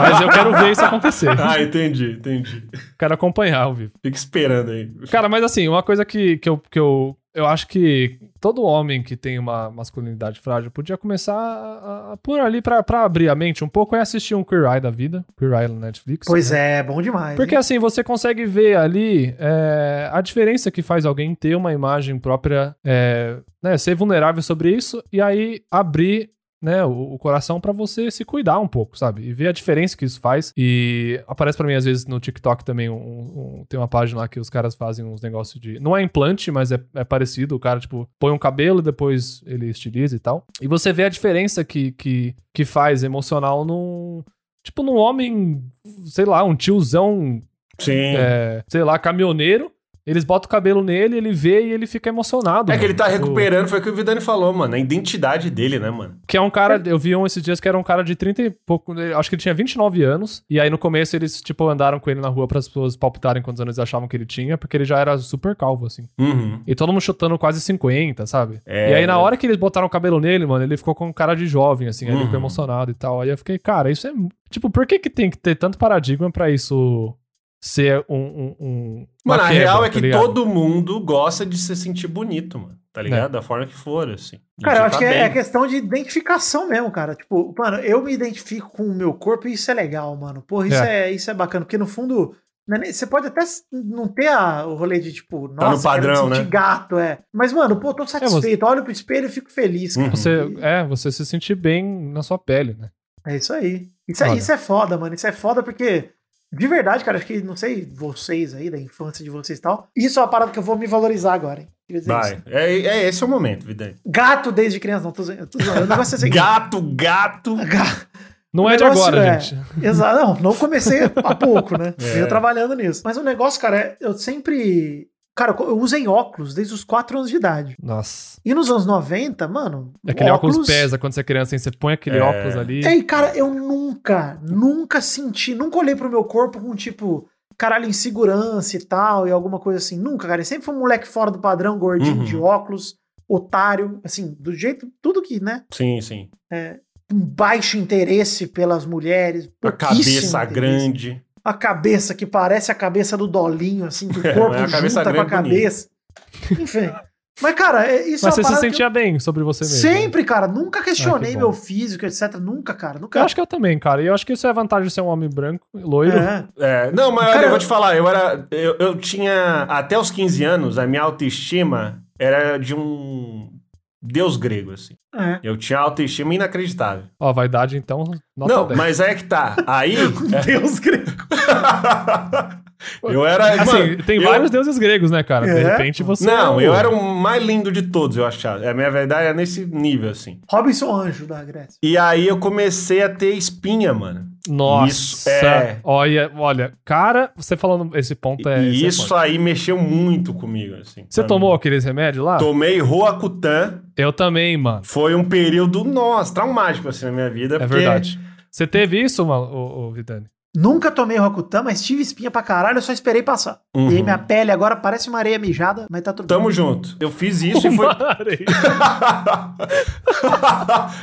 Mas eu quero ver isso acontecer. ah, entendi, entendi. Quero acompanhar ao vivo. Fica esperando aí. Cara, mas assim, uma coisa que, que, eu, que eu, eu acho que todo homem que tem uma masculinidade frágil podia começar a- a- por ali pra, pra abrir a mente um pouco é assistir um Queer Eye da vida. Queer Eye no Netflix. Pois é, bom demais. Porque hein? assim, você consegue ver ali é, a diferença que faz alguém ter uma imagem própria, é, né, ser vulnerável sobre isso e aí abrir né, o, o coração pra você se cuidar um pouco, sabe? E ver a diferença que isso faz. E aparece pra mim às vezes no TikTok também, um- um- tem uma página lá que os caras fazem uns negócios de... Não é implante, mas é, é parecido. O cara, tipo, põe um cabelo e depois ele estiliza e tal. E você vê a diferença que, que, que faz emocional num... Tipo, num homem sei lá, um tiozão, Sim. É. é, sei lá, caminhoneiro. Eles botam o cabelo nele, ele vê e ele fica emocionado. que ele tá mano. Tipo, recuperando, foi o que o Vidani falou, mano. A identidade dele, né, mano? O- Que é um cara, eu vi um esses dias que era um cara de 30 e pouco, né, acho que ele tinha 29 anos. E aí no começo eles, tipo, andaram com ele na rua para as pessoas palpitarem quantos anos eles achavam que ele tinha, porque ele já era super calvo, assim. Uhum. E todo mundo chutando quase 50, sabe? É, e aí na né? hora que eles botaram o cabelo nele, mano, ele ficou com um cara de jovem, assim, aí ele Uhum. ficou emocionado e tal. Aí eu fiquei, cara, isso é. mu- Tipo, por que que tem que ter tanto paradigma pra isso ser um. um, um uma Mano, a quebra, real é tá que ligado? É. todo mundo gosta de se sentir bonito, mano. Tá ligado? Da forma que for, assim. E Cara, eu você acho tá que é- bem. é questão de identificação mesmo, cara. Tipo, mano, eu me identifico com o meu corpo e isso é legal, mano. Porra, isso é, isso é bacana. Porque no fundo, não é nem- você pode até s- não ter a- o rolê de, tipo, nossa, Tá no padrão, quero me sentir né? gato, é. Mas, mano, pô, tô satisfeito. Olho pro espelho e fico feliz. cara. Uhum. Você, é, você se sentir bem na sua pele, né? É isso aí. Isso, é, Olha. isso é foda, mano. Isso é foda porque, de verdade, cara, acho que, não sei, vocês aí, da infância de vocês e tal, isso é uma parada que eu vou me valorizar agora, hein? Queria dizer Vai. isso. É, é esse é o momento, Vidani. Gato desde criança, não, tô zoando. Tô zoando. O negócio é o seguinte. Gato, gato. Ga- Não O é de negócio agora, é- gente. Exato, não, não comecei há pouco, né? É. Venho trabalhando nisso. Mas o negócio, cara, é, eu sempre. Cara, eu usei óculos desde os 4 anos de idade. Nossa. E nos anos 90, mano. Aquele óculos, pesa quando você é criança, hein? Você põe aquele É. óculos ali. Ei, cara, eu nunca, nunca senti, nunca olhei pro meu corpo com tipo, caralho, insegurança e tal, e alguma coisa assim. Nunca, cara. Eu sempre fui um moleque fora do padrão, gordinho, Uhum. de óculos, otário, assim, do jeito, tudo que, né? Sim, sim. Um baixo interesse pelas mulheres. A pouquíssimo cabeça interesse. grande. A cabeça que parece a cabeça do Dolinho, assim, que o É, corpo mas a cabeça junta com a grande é bonita. cabeça. Enfim. Mas, cara, é- isso Mas é você se uma parada que eu- sentia bem sobre você mesmo. né? Sempre, cara. Nunca questionei Ah, que bom. meu físico, etc. Nunca, cara. Nunca. Eu acho que eu também, cara. E eu acho que isso é a vantagem de ser um homem branco, loiro. É. É, não, mas Cara, olha, eu eu- vou te falar, eu era. Eu, eu tinha. Até os 15 anos, a minha autoestima era de um deus grego, assim. É. Eu tinha autoestima inacreditável. Ó, a vaidade, então, nota não, 10. mas aí é que tá. Aí. Deus grego. eu era. Assim, Tá, mano, tem eu- vários deuses gregos, né, cara? De É. repente você... Não, é o- eu era um o mais lindo de todos, eu achava. A minha verdade era nesse nível, assim. Robinson Anjo da Grécia. E aí eu comecei a ter espinha, mano. Nossa! Isso é- Olha, olha, cara, você falando esse ponto é... e esse é isso foda. aí mexeu muito comigo, assim. Você Pra tomou mim. aqueles remédios lá? Tomei Roacutan. Eu também, mano. Foi um período, nossa, traumático, assim, na minha vida. É porque- verdade. Você teve isso, mano, ô, ô, Vidani? Nunca tomei Rokutan, mas tive espinha pra caralho, eu só esperei passar. Uhum. E aí minha pele agora parece uma areia mijada, mas tá tudo Tamo bem. junto. Eu fiz isso e foi... Uma areia.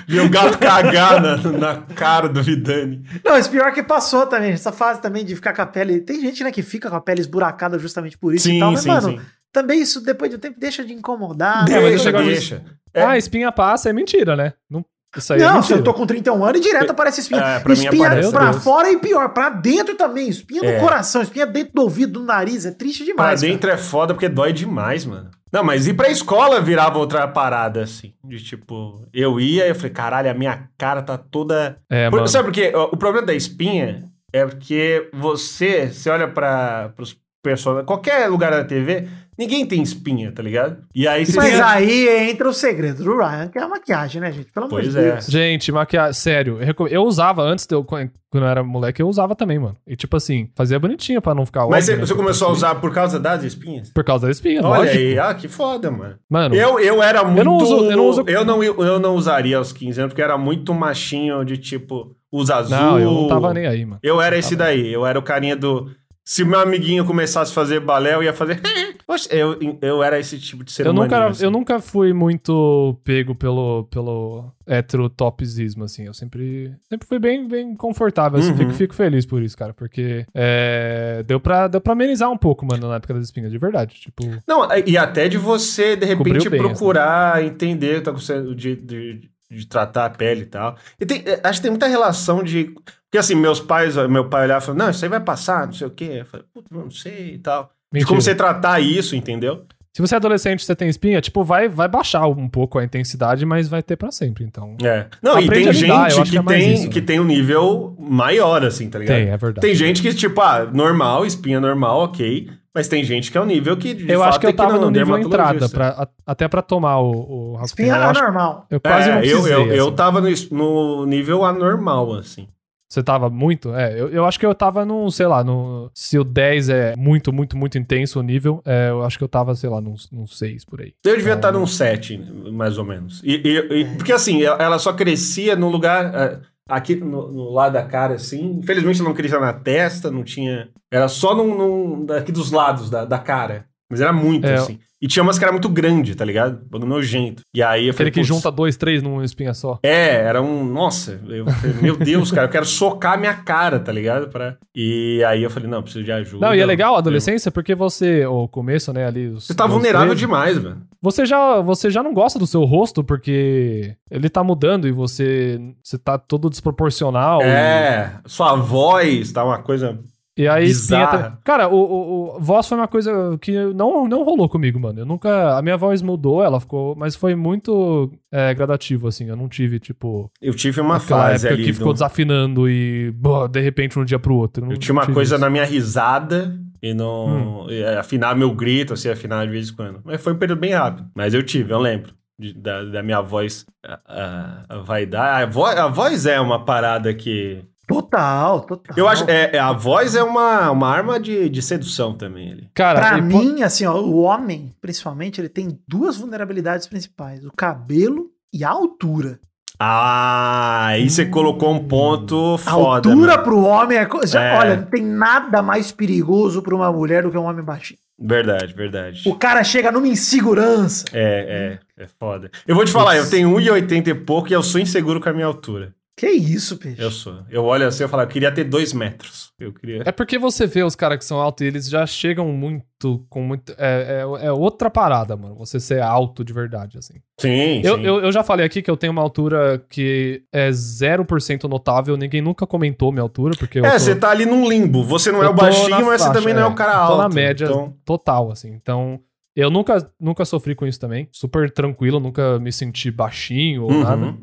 Vi o gato cagar na, na cara do Vidani. Não, mas pior que passou também. Essa fase também de ficar com a pele. Tem gente, né, que fica com a pele esburacada justamente por isso e Sim, tal. Mas, sim, né, mano, Ah, sim. também isso depois de um tempo deixa de incomodar. É, mas esse Deixa, negócio de- deixa. É. Ah, espinha passa é mentira, né? Não, isso aí é Não, se mentira. eu tô com 31 anos, direto aparece espinha. É, pra mim espinha aparece, pra Deus. fora e pior, pra dentro também. Espinha no É. coração, espinha dentro do ouvido, do nariz. É triste Pra demais. cara. dentro é foda porque dói demais, mano. Não, mas ir pra escola virava outra parada, assim. De tipo, eu ia e eu falei, caralho, a minha cara tá toda. É, Por- mano. sabe por quê? Ó, O problema da espinha é porque você, você olha pra, pros personagens, qualquer lugar da TV, ninguém tem espinha, tá ligado? E aí você. Mas tem- aí entra o segredo do Ryan, que é a maquiagem, né, gente? Pelo amor Pois de é. Deus. Gente, maquiagem, sério, eu, recom- eu usava antes, de eu, quando eu era moleque, eu usava também, mano. E tipo assim, fazia bonitinho pra não ficar óbvio, Mas você, né? você começou a usar por causa das espinhas? Por causa da espinha, Olha lógico. aí, ah, que foda, mano. Mano, Eu, eu era muito. não uso- eu não uso- Eu não, eu não usaria aos 15 anos, porque era muito machinho de tipo, usa azul. não, eu não tava nem aí, mano. Eu era esse Tá daí, eu era o carinha do. Se meu amiguinho começasse a fazer balé, eu ia fazer. Oxe, Eu, eu era esse tipo de ser Eu humano. nunca, era- assim. eu nunca fui muito pego pelo, pelo heterotopzismo, assim. Eu sempre, sempre fui bem, bem confortável, assim. Uhum. Fico, fico feliz por isso, cara. Porque é, deu, pra, deu pra amenizar um pouco, mano, na época das espinhas, de verdade. Tipo, Não, e até de você, de Cobriu repente, bem, procurar entender o que tá acontecendo de, de, de tratar a pele e tal. E tem- eh, acho que tem muita relação de. Porque assim, meus pais, ó, meu pai olhava e falava, não, isso aí vai passar, não sei o quê. Eu falei, putz, não sei e tal. De mentira. como você tratar isso, entendeu? Se você é adolescente e você tem espinha, tipo, vai, vai baixar um pouco a intensidade, mas vai ter pra sempre, então... É. Não, Aprende a e tem lidar, eu gente acho que que, é mais tem, isso, que né? tem um nível maior, assim, tá ligado? Tem, é verdade. Tem gente que, tipo, ah, normal, espinha normal, ok. Mas tem gente que é um nível que. De eu fato, acho que eu é tava não, no nível dermatologista. entrada, pra, a- até pra tomar o, o Rasputin. Espinha é Eu, acho, anormal. eu quase é, não eu, precisei. eu, assim. eu tava no, es- no nível anormal, assim. Você tava muito? É, eu, eu acho que eu tava num, sei lá, no, se o 10 é muito, muito, muito intenso o nível, é, eu acho que eu tava, sei lá, num, num 6 por aí. Eu devia estar num 7, mais ou menos. E, e- e- É. porque assim, ela ela só crescia no lugar. ah, Aqui no, no lado da cara, assim. Infelizmente não crescia na testa, não tinha. Era só num, num- aqui dos lados da, da cara. Mas era muito, É. assim. E tinha umas que era muito grande, tá ligado? Do nojento. E aí eu Aquele falei. que "Putz, junta dois, três numa espinha só. É, era um. Nossa, eu falei, meu Deus, cara, eu quero socar minha cara, tá ligado? Pra... E aí eu falei, não, preciso de ajuda. Não, e é legal a adolescência porque você, o começo, né, ali... os- Você tá os vulnerável 13, demais, mano. Você já, você já não gosta do seu rosto porque ele tá mudando e você, você tá todo desproporcional. É, sua voz tá uma coisa. E aí, espinha. Bizarra. tá- Cara, o, o, o- voz foi uma coisa que não, não rolou comigo, mano. Eu nunca. A minha voz mudou, ela ficou. Mas foi muito é, gradativo, assim. Eu não tive, tipo. Eu tive uma aquela fase época ali. que ficou do- desafinando e. bô, de repente, de um dia pro outro. Eu tinha uma coisa na. na minha risada e Hum. não. e é, afinar meu grito, assim, afinar de vez em quando. Mas foi um período bem rápido. Mas eu tive, eu lembro. de- da, da minha voz a, a, a vaidade. A, vo- a voz é uma parada que. Total, total. Eu acho. É, é, a voz é uma, uma arma de, de sedução também. Ele. Cara, Pra e po- mim, assim, ó, o homem, principalmente, ele tem duas vulnerabilidades principais: o cabelo e a altura. Ah, aí Hum. você colocou um ponto A foda. né? altura mano. pro homem é, co- já- É. Olha, não tem nada mais perigoso pra uma mulher do que um homem baixinho. Verdade, verdade. O cara chega numa insegurança. É, é, é foda. Eu vou te falar, eu tenho 1,80 e pouco e eu sou inseguro com a minha altura. Que isso, peixe? Eu sou. Eu olho assim e falo, eu queria ter dois metros. Eu queria. É porque você vê os caras que são altos e eles já chegam muito com muito. É, é, é outra parada, mano. Você ser alto de verdade, assim. Sim, Eu, sim. eu, eu já falei aqui que eu tenho uma altura que é 0% notável, ninguém nunca comentou minha altura, porque eu é, tô você tá ali num limbo. Você não é Eu o tô na baixinho, mas você faixa, também não é o cara eu tô alto. na média Então, total, assim. Então, eu nunca, nunca sofri com isso também. Super tranquilo, nunca me senti baixinho ou uhum. nada.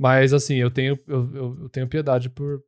Mas, assim, eu tenho, eu, eu- eu tenho piedade por,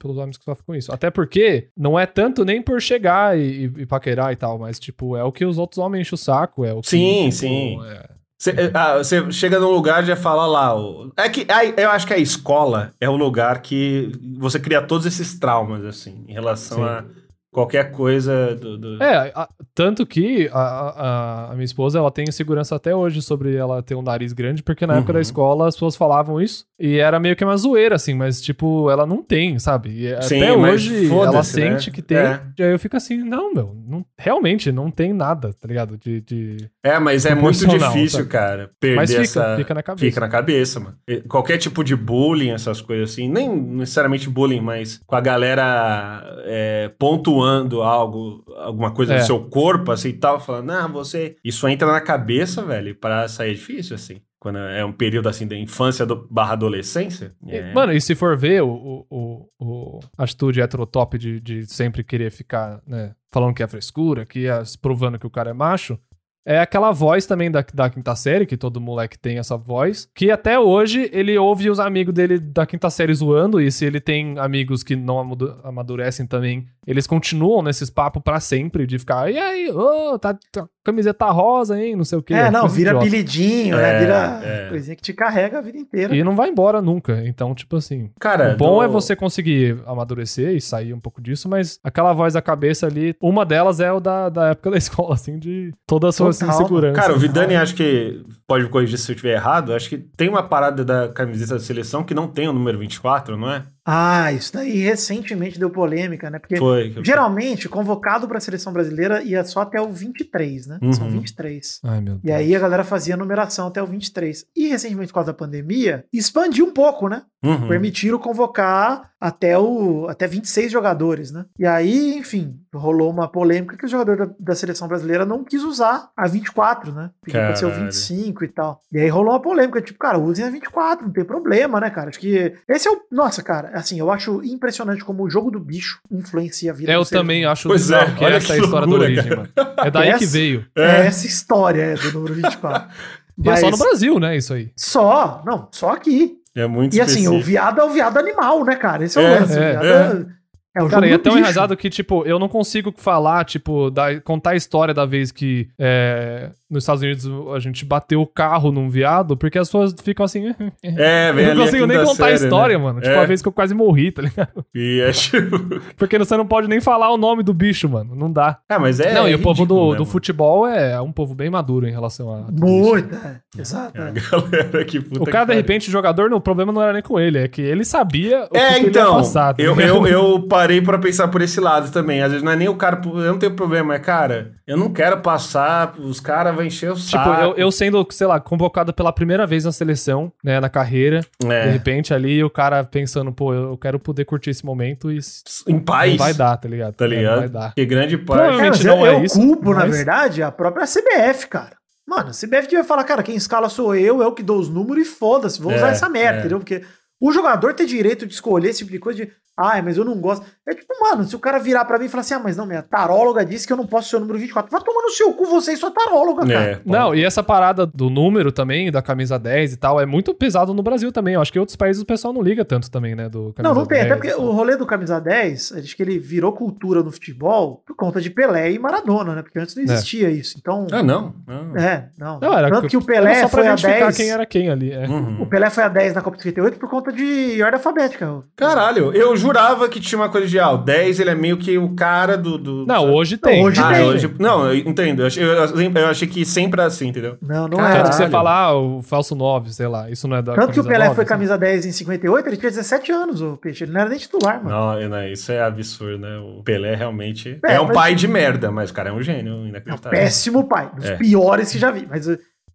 pelos homens que sofrem com isso. Até porque não é tanto nem por chegar e, e- e paquerar e tal, mas, tipo, é o que os outros homens enchem o saco. É o que, Sim, tipo, sim. é- Você ah, você chega num lugar e já fala lá. o- É que aí, eu acho que a escola é o lugar que você cria todos esses traumas, assim, em relação Sim. a qualquer coisa do. do- É, a- tanto que a, a- a minha esposa ela tem insegurança até hoje sobre ela ter um nariz grande, porque na época Uhum. da escola as pessoas falavam isso e era meio que uma zoeira, assim, mas tipo, ela não tem, sabe? E Sim, até mas hoje foda-se, ela né? sente que tem. É. E aí eu fico assim, não, meu, não- realmente não tem nada, tá ligado? De. de- É, mas é muito Proporcional, difícil, sabe? cara, perder Mas fica, essa. fica na cabeça. Fica na cabeça, mano. E Qualquer tipo de bullying, essas coisas assim, nem necessariamente bullying, mas com a galera é, pontuando algo, alguma coisa É. do seu corpo, assim e tal, falando, ah, você. Isso entra na cabeça, velho, pra sair é difícil, assim. Quando é um período assim da infância do- barra adolescência. é. E, Mano, e se for ver o, o, o, o- a atitude heterotop de, de sempre querer ficar, né, falando que é frescura, que é provando que o cara é macho, é aquela voz também da, da quinta série, que todo moleque tem essa voz, que até hoje ele ouve os amigos dele da quinta série zoando, e se ele tem amigos que não amadu- amadurecem também, eles continuam nesses papos pra sempre, de ficar, e aí, ô, tá, tá- camiseta rosa, hein, não sei o quê. é, não, coisa vira idiota. apelidinho, É, né? Vira é. coisinha que te carrega a vida inteira. E não vai embora nunca, então, tipo assim... cara. O bom do- é você conseguir amadurecer e sair um pouco disso, mas aquela voz da cabeça ali, uma delas é o da, da época da escola, assim, de toda a sua Total. insegurança. Cara, o Vidani acho que pode me corrigir se eu estiver errado. Acho que tem uma parada da camiseta da seleção que não tem o número 24, não é? Ah, isso daí recentemente deu polêmica, né? Porque Foi. que eu- geralmente convocado pra seleção brasileira ia só até o 23, né? São Uhum. 23. Ai, meu E Deus. aí a galera fazia numeração até o 23. E recentemente, por causa da pandemia, expandiu um pouco, né? Uhum. permitiram convocar até o até 26 jogadores, né? E aí, enfim, rolou uma polêmica que o jogador da, da seleção brasileira não quis usar a 24, né? Pediu pra ser o Caralho. 25 e tal. E aí rolou uma polêmica, tipo, cara, usem a 24, não tem problema, né, cara? Acho que esse é o nossa, cara, assim, eu acho impressionante como o jogo do bicho influencia a vida É, Eu do um ser também humano. acho Pois é, bizarro que olha essa é a que história loucura, da origem, mano. É daí que Essa- veio. É essa história é, do número 24. E é só Mas- no Brasil, né, isso aí. Só, não, só aqui. É muito E assim, o específico. viado é o viado animal, né, cara? Esse é o É, lance. o é, viado é. é o Cara, jogo e é do tão bicho. enraizado que, tipo, eu não consigo falar, tipo, da- contar a história da vez que é, nos Estados Unidos a gente bateu o carro num viado, porque as pessoas ficam assim... É, velho. Eu não consigo nem contar a história, mano. Tipo, É. a vez que eu quase morri, tá ligado? E é tipo- acho... Porque você não pode nem falar o nome do bicho, mano. Não dá. É, mas é. não, e é o povo ridículo, do, né, do mano? futebol é um povo bem maduro em relação a. tudo isso. Muito, é. Exato. É, a é. galera que puta O que cara, de pariu. repente, o jogador, não, o problema não era nem com ele, é que ele sabia o que, É, que ele ia então. passar. tá eu, ligado? eu, eu parei pra pensar por esse lado também. Às vezes não é nem o cara. Eu não tenho problema, é, cara, eu não quero passar, os caras vão encher o Tipo, saco. eu, eu sendo, sei lá, convocado pela primeira vez na seleção, né, na carreira, de É, repente ali o cara pensando, pô, eu eu quero poder curtir esse momento e s- em paz. não vai dar, tá ligado? Tá É, não ligado? vai dar. Que grande Provavelmente- parte. Realmente mas não eu, é isso, Eu culpo, na mas- verdade, a própria CBF, cara. Mano, a CBF devia falar, cara, quem escala sou eu, eu que dou os números e foda-se, vou É, usar essa merda, é. entendeu? Porque o jogador tem direito de escolher esse tipo de coisa de, ai, mas eu não gosto. É tipo, mano, se o cara virar pra mim e falar assim, ah, mas não, minha taróloga disse que eu não posso ser o número 24, vai tomar no seu cu você e sua taróloga, cara. É, pô. Não, e essa parada do número também, da camisa 10 e tal, é muito pesado no Brasil também. Eu acho que em outros países o pessoal não liga tanto também, né? Do camisa Não, não tem. 10 Até e porque tal. o rolê do camisa 10, acho que ele virou cultura no futebol por conta de Pelé e Maradona, né? Porque antes não É. existia isso. Então, Ah, não. não. é, não. Não, era Tanto que o Pelé era só pra foi a identificar 10. quem era quem ali. é. Uhum. O Pelé foi a 10 na Copa de 58 por conta conta de ordem alfabética. Caralho, eu jurava que tinha uma coisa de, ah, o 10 ele é meio que o cara do... do Não, hoje tem. hoje Ah, tem. hoje- Não, eu entendo. Eu achei, eu- eu achei que sempre é assim, entendeu? Não, não Tanto é. que você Caralho. fala, ah, o falso 9, sei lá, isso não é da Tanto que o camisa Pelé 9, foi assim. camisa 10 em 58, ele tinha 17 anos, o Peixe. Ele não era nem titular, mano. Não, não, isso é absurdo, né? O Pelé realmente É, é, um mas- pai de merda, mas o cara é um gênio É um inacreditável. péssimo pai. Dos É. piores que já vi. Mas,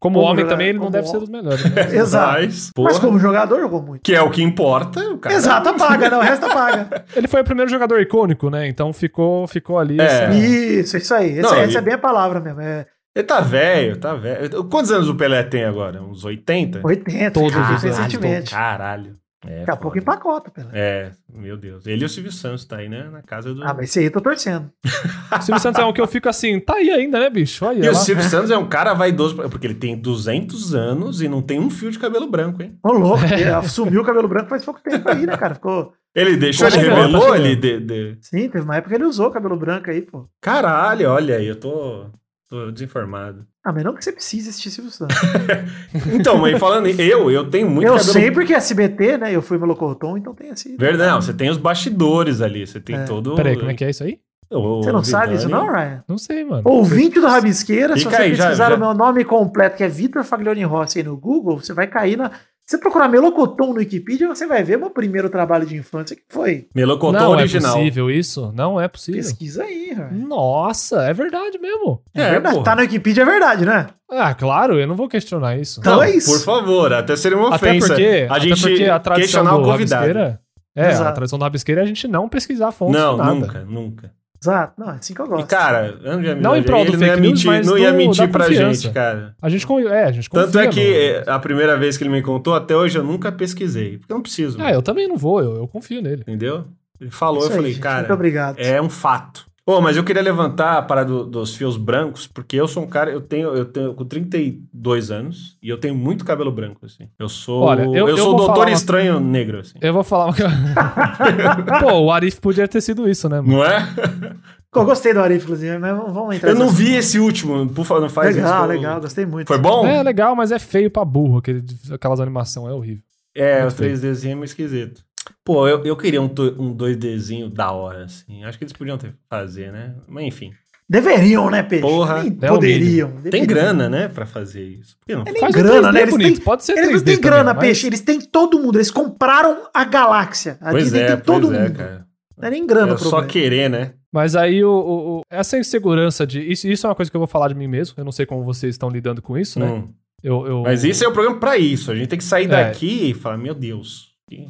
Como Como homem jogador- também, ele não como deve ser dos homem. melhores. Né? exato. Mas, Mas porra, como jogador, jogou muito. que é o que importa, o cara. Exato, apaga, não. O resto apaga. Ele foi o primeiro jogador icônico, né? Então ficou, ficou ali. assim. É. essa- Isso, isso aí. Essa, Não, essa e- é bem a palavra mesmo. É Ele tá velho, tá velho. Quantos anos o Pelé tem agora? Uns 80? 80, Todos os cara, anos. recentemente. Caralho. É, Daqui a pouco foda. empacota, Pelé. É, meu Deus. Ele e o Silvio Santos tá aí, né? Na casa do. Ah, mas esse aí eu tô torcendo. O Silvio Santos é um que eu fico assim, tá aí ainda, né, bicho? Aí, E ó o lá. Silvio Santos é um cara vaidoso, pra- porque ele tem 200 anos e não tem um fio de cabelo branco, hein? Ô, louco, ele assumiu o cabelo branco faz pouco tempo aí, né, cara? Ficou. Ele deixou, Tá ele chegando, tá revelou, chegando. ele. De, de- Sim, teve uma época que ele usou o cabelo branco aí, pô. Caralho, olha aí, eu tô, tô desinformado. Ah, mas não que você precise assistir Silvio Santos. Então, mas falando, em- eu, eu tenho muito eu cabelo sei porque é SBT, né? Eu fui meu locotom, então tem assim. Verdade, não, você tem os bastidores ali, você tem É. todo. Peraí, como é que é isso aí? Você não sabe né? isso, não, Ryan? Não sei, mano. Ouvinte do Rabisqueira, se Fica você aí, já- pesquisar já- o meu nome completo, que é Vitor Faglioni Rossi aí no Google, você vai cair na. Se você procurar Melocotom no Wikipedia, você vai ver meu primeiro trabalho de infância, que foi. não Melocotão original. é possível isso? Não é possível. Pesquisa aí, Ryan. Nossa, é verdade mesmo. É, verdade. porra. Tá no Wikipedia, é verdade, né? Ah, claro, eu não vou questionar isso. Então é isso. Por favor, até seria uma Até ofensa. porque a até gente porque a tradição questionar do o convidado. rabisqueira... É, a Exato. tradição do rabisqueira é a gente não pesquisar fontes Não, nada. nunca, nunca. Exato. Não, é assim que eu E, gosto. cara, eu não, ia me Não em ele prol do não ia fake news, mentir, mas não ia do- mentir da pra confiança. gente, cara. A gente, con- é, a gente Tanto confia é que eh, no- a primeira vez que ele me contou, até hoje eu nunca pesquisei. Porque eu não preciso. né? Ah, eu também não vou, eu, eu confio nele. Entendeu? Ele falou, É Isso eu aí, falei, gente, cara, Muito obrigado. É um fato. Ô, mas eu queria levantar a parada do- dos fios brancos, porque eu sou um cara, eu tenho, eu tenho com 32 anos e eu tenho muito cabelo branco, assim. Eu sou. Olha, eu- eu, eu sou o vou doutor falar uma- estranho negro, assim. Eu vou falar uma coisa. Pô, o Arif podia ter sido isso, né, mano? Não é? Eu gostei do Arif, inclusive, mas vamos- vamos entrar Eu não nesse vi esse último, por favor, não assunto. faz Legal, isso. eu- legal, gostei muito. Foi bom? É É, legal, mas é feio pra burro aquele, aquelas animações, é horrível. o muito 3Dzinho é meio esquisito. Pô, eu, eu queria um, to- um 2Dzinho da hora, assim. Acho que eles podiam ter fazer, né? Mas enfim. Deveriam, né, Peixe? Porra. Nem É o poderiam. Tem deveriam. grana, né, pra fazer isso. Por que não? É nem Faz um grana, 3D né? Eles bonito, têm, pode ser eles não 3D têm também, grana, mas- Peixe. Eles têm todo mundo. Eles compraram a galáxia. A Pois Disney é, tem todo pois é, mundo. cara. Não é nem grana É o só problema. querer, né? Mas aí o, o- o- essa insegurança de. Isso, isso é uma coisa que eu vou falar de mim mesmo. Eu não sei como vocês estão lidando com isso, né? Hum. Eu, eu- Mas isso é o programa pra isso. A gente tem que sair É. daqui e falar, meu Deus. que-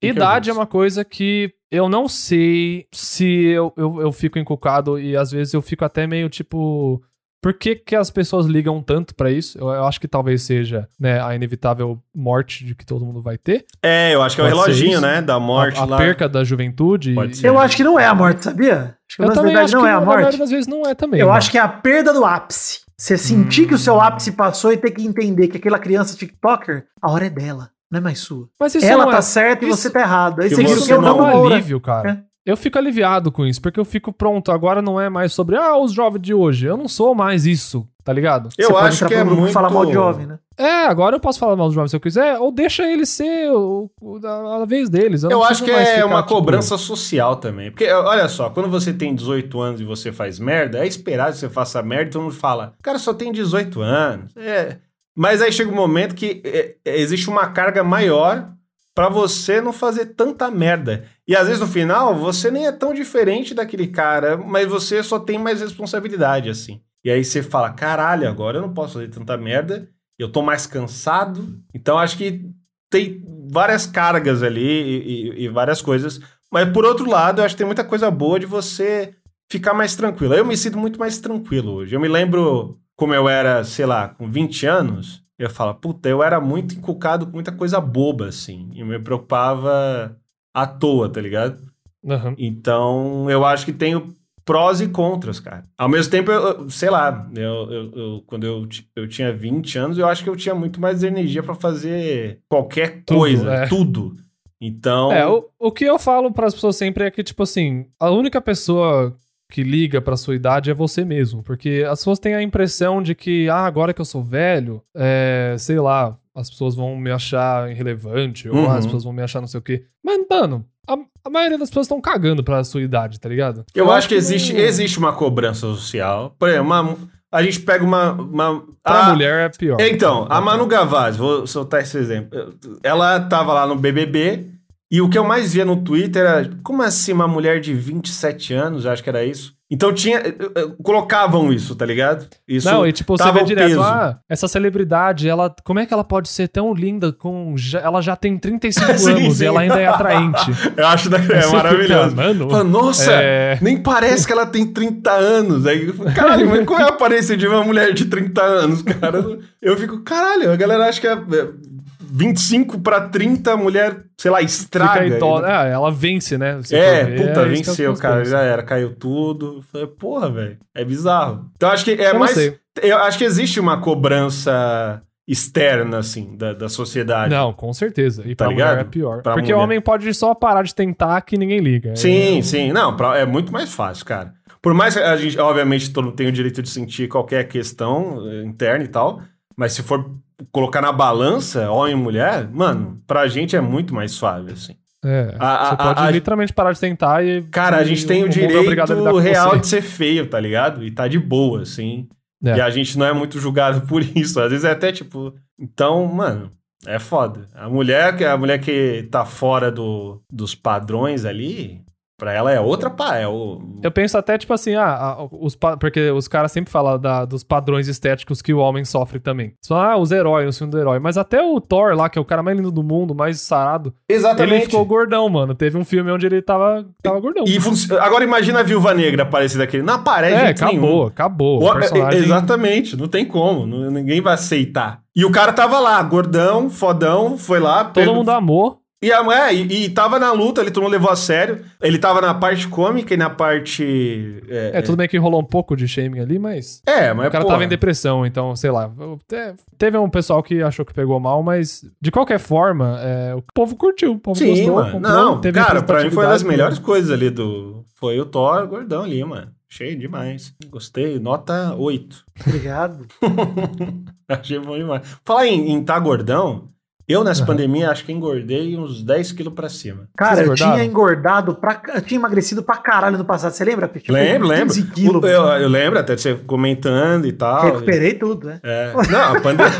que Idade é que eu uma coisa que eu não sei se eu, eu, eu fico encucado e às vezes eu fico até meio tipo. Por que, que as pessoas ligam tanto pra isso? Eu, eu acho que talvez seja né, a inevitável morte de que todo mundo vai ter. fiz?" É, eu acho que é o Pode ser reloginho, isso. né? Da morte a, a lá. perca da juventude. Pode e- ser. Eu acho que não é a morte, sabia? Acho que Eu na também verdade acho não que é na a maioria morte. das vezes não é também. Eu mano. Hum. acho que é a perda do ápice. Você sentir que o seu ápice passou e ter que entender que aquela criança TikToker, a hora é dela, não é mais sua. Mas isso Ela não tá é... certa e isso- você tá errado. Aí que você Isso viu você que eu dá não um moro. alívio, cara. É. Eu fico aliviado com isso, porque eu fico pronto. Agora não é mais sobre, ah, os jovens de hoje. Eu não sou mais isso, tá ligado? Eu Você pode acho entrar que pra é um grupo e muito... falar mal de jovem, né? É, agora eu posso falar mal dos jovens se eu quiser, ou deixa eles ser o, o da, a vez deles. Eu, Eu não acho preciso que mais é ficar, uma tipo, cobrança social também. Porque, eh, olha só, quando você tem 18 anos e você faz merda, é esperado que você faça merda e todo mundo fala, cara, só tem 18 anos. É. Mas aí chega um momento que é, é, existe uma carga maior pra você não fazer tanta merda. E às vezes no final, você nem é tão diferente daquele cara, mas você só tem mais responsabilidade, assim. E aí você fala, caralho, agora eu não posso fazer tanta merda, eu tô mais cansado. Então acho que tem várias cargas ali e, e- e várias coisas. Mas por outro lado, eu acho que tem muita coisa boa de você ficar mais tranquilo. Eu me sinto muito mais tranquilo hoje. Eu me lembro como eu era, sei lá, com 20 anos. Eu falo, puta, eu era muito encucado com muita coisa boba, assim. E me preocupava à toa, tá ligado? Aham. Então, eu acho que tenho prós e contras, cara. Ao mesmo tempo, eu, eu- sei lá, eu, eu- eu- quando eu, ti- eu tinha 20 anos, eu acho que eu tinha muito mais energia pra fazer qualquer Tudo, coisa, é. tudo. Então, É, o, o que eu falo pras pessoas sempre é que, tipo assim, a única pessoa que liga pra sua idade é você mesmo. Porque as pessoas têm a impressão de que, ah, agora que eu sou velho, é, sei lá, as pessoas vão me achar irrelevante, ou Uhum. as pessoas vão me achar não sei o quê. Mas, mano, a, a maioria das pessoas estão cagando pra sua idade, tá ligado? Eu, acho que, não- existe, existe uma cobrança social. Por exemplo, uma- a gente pega uma. uma ah, Pra a- mulher é pior. Então, a Manu Gavazzi, vou soltar esse exemplo. Ela tava lá no BBB e o que eu mais via no Twitter era como assim uma mulher de 27 anos, acho que era isso. Então tinha, eh, eh, colocavam isso, tá ligado? Isso não, e tipo, você tava vê o direto, peso. ah, essa celebridade, ela, como é que ela pode ser tão linda com. já- ela já tem 35 Sim, anos sim. e ela ainda é atraente. eu acho da, Aí é você fica, maravilhoso. mano, Fala, Nossa, é, nem parece que ela tem 30 anos. Aí, eu falo, caralho, mas qual é a aparência de uma mulher de 30 anos, cara? Eu fico, caralho, a galera acha que é é, 25 pra 30, mulher, sei lá, fica estraga. idosa. Ah, ela vence, né? Se É, for ver, puta, isso que venceu, as pessoas cara, pensam. já era, caiu tudo. Eu Falei, porra, velho, é bizarro. Então acho que é Eu não mais. sei. Eu acho que existe uma cobrança externa, assim, da, da sociedade. Não, com certeza. E Tá pra mulher ligado? é pior. Pra Porque o mulher. homem pode só parar de tentar que ninguém liga. Sim, sim. Não, pra- é muito mais fácil, cara. Por mais que a gente, obviamente, todo mundo tem o direito de sentir qualquer questão eh, interna e tal, mas se for colocar na balança, homem e mulher, mano, pra gente é muito mais suave, assim. É, A- você a- pode a- literalmente parar de tentar e. Cara, a gente e tem o mundo é direito obrigado a lidar com real você. de ser feio, tá ligado? E tá de boa, assim. É. E a gente não é muito julgado por isso. Às vezes é até tipo. Então, mano, é foda. A mulher, que- a mulher que tá fora do, dos padrões ali, pra ela é outra pá. É o... Eu penso até, tipo assim, ah, ah, os pa- porque os caras sempre falam da- dos padrões estéticos que o homem sofre também. Só, ah, os heróis, o filme do herói. Mas até o Thor lá, que é o cara mais lindo do mundo, mais sarado, ele ficou gordão, mano. Teve um filme onde ele tava, tava gordão. E func- Agora imagina a viúva negra aparecer daquele. Não aparece de é, jeito acabou, nenhum. acabou. O- é, O personagem... Exatamente, não tem como, não- ninguém vai aceitar. E o cara tava lá, gordão, fodão, foi lá, Todo pegou- mundo amou. E, a, é, e, e tava na luta, ele todo mundo levou a sério. Ele tava na parte cômica e na parte. É, É, tudo bem que rolou um pouco de shaming ali, mas... é, mas. O cara porra, tava em depressão, então, sei lá. Te- Teve um pessoal que achou que pegou mal, mas de qualquer forma, é, o povo curtiu, o povo Sim, gostou. mano. comprou, não, teve cara, pra mim foi uma das representatividade, né? melhores coisas ali do. Foi o Thor gordão ali, mano. Cheio demais. Gostei, nota 8. Obrigado. Achei bom demais. Falar em, em tá gordão, eu nessa pandemia acho que engordei uns 10 quilos pra cima. Cara, Vocês eu tinha engordaram? engordado pra. ca- Eu tinha emagrecido pra caralho no passado. Você lembra, Tipo, Peixe? Lembro, lembro. 15 quilos. O- eu, eu lembro até de você comentando e tal. Recuperei tudo, né? É. Não, a pandemia.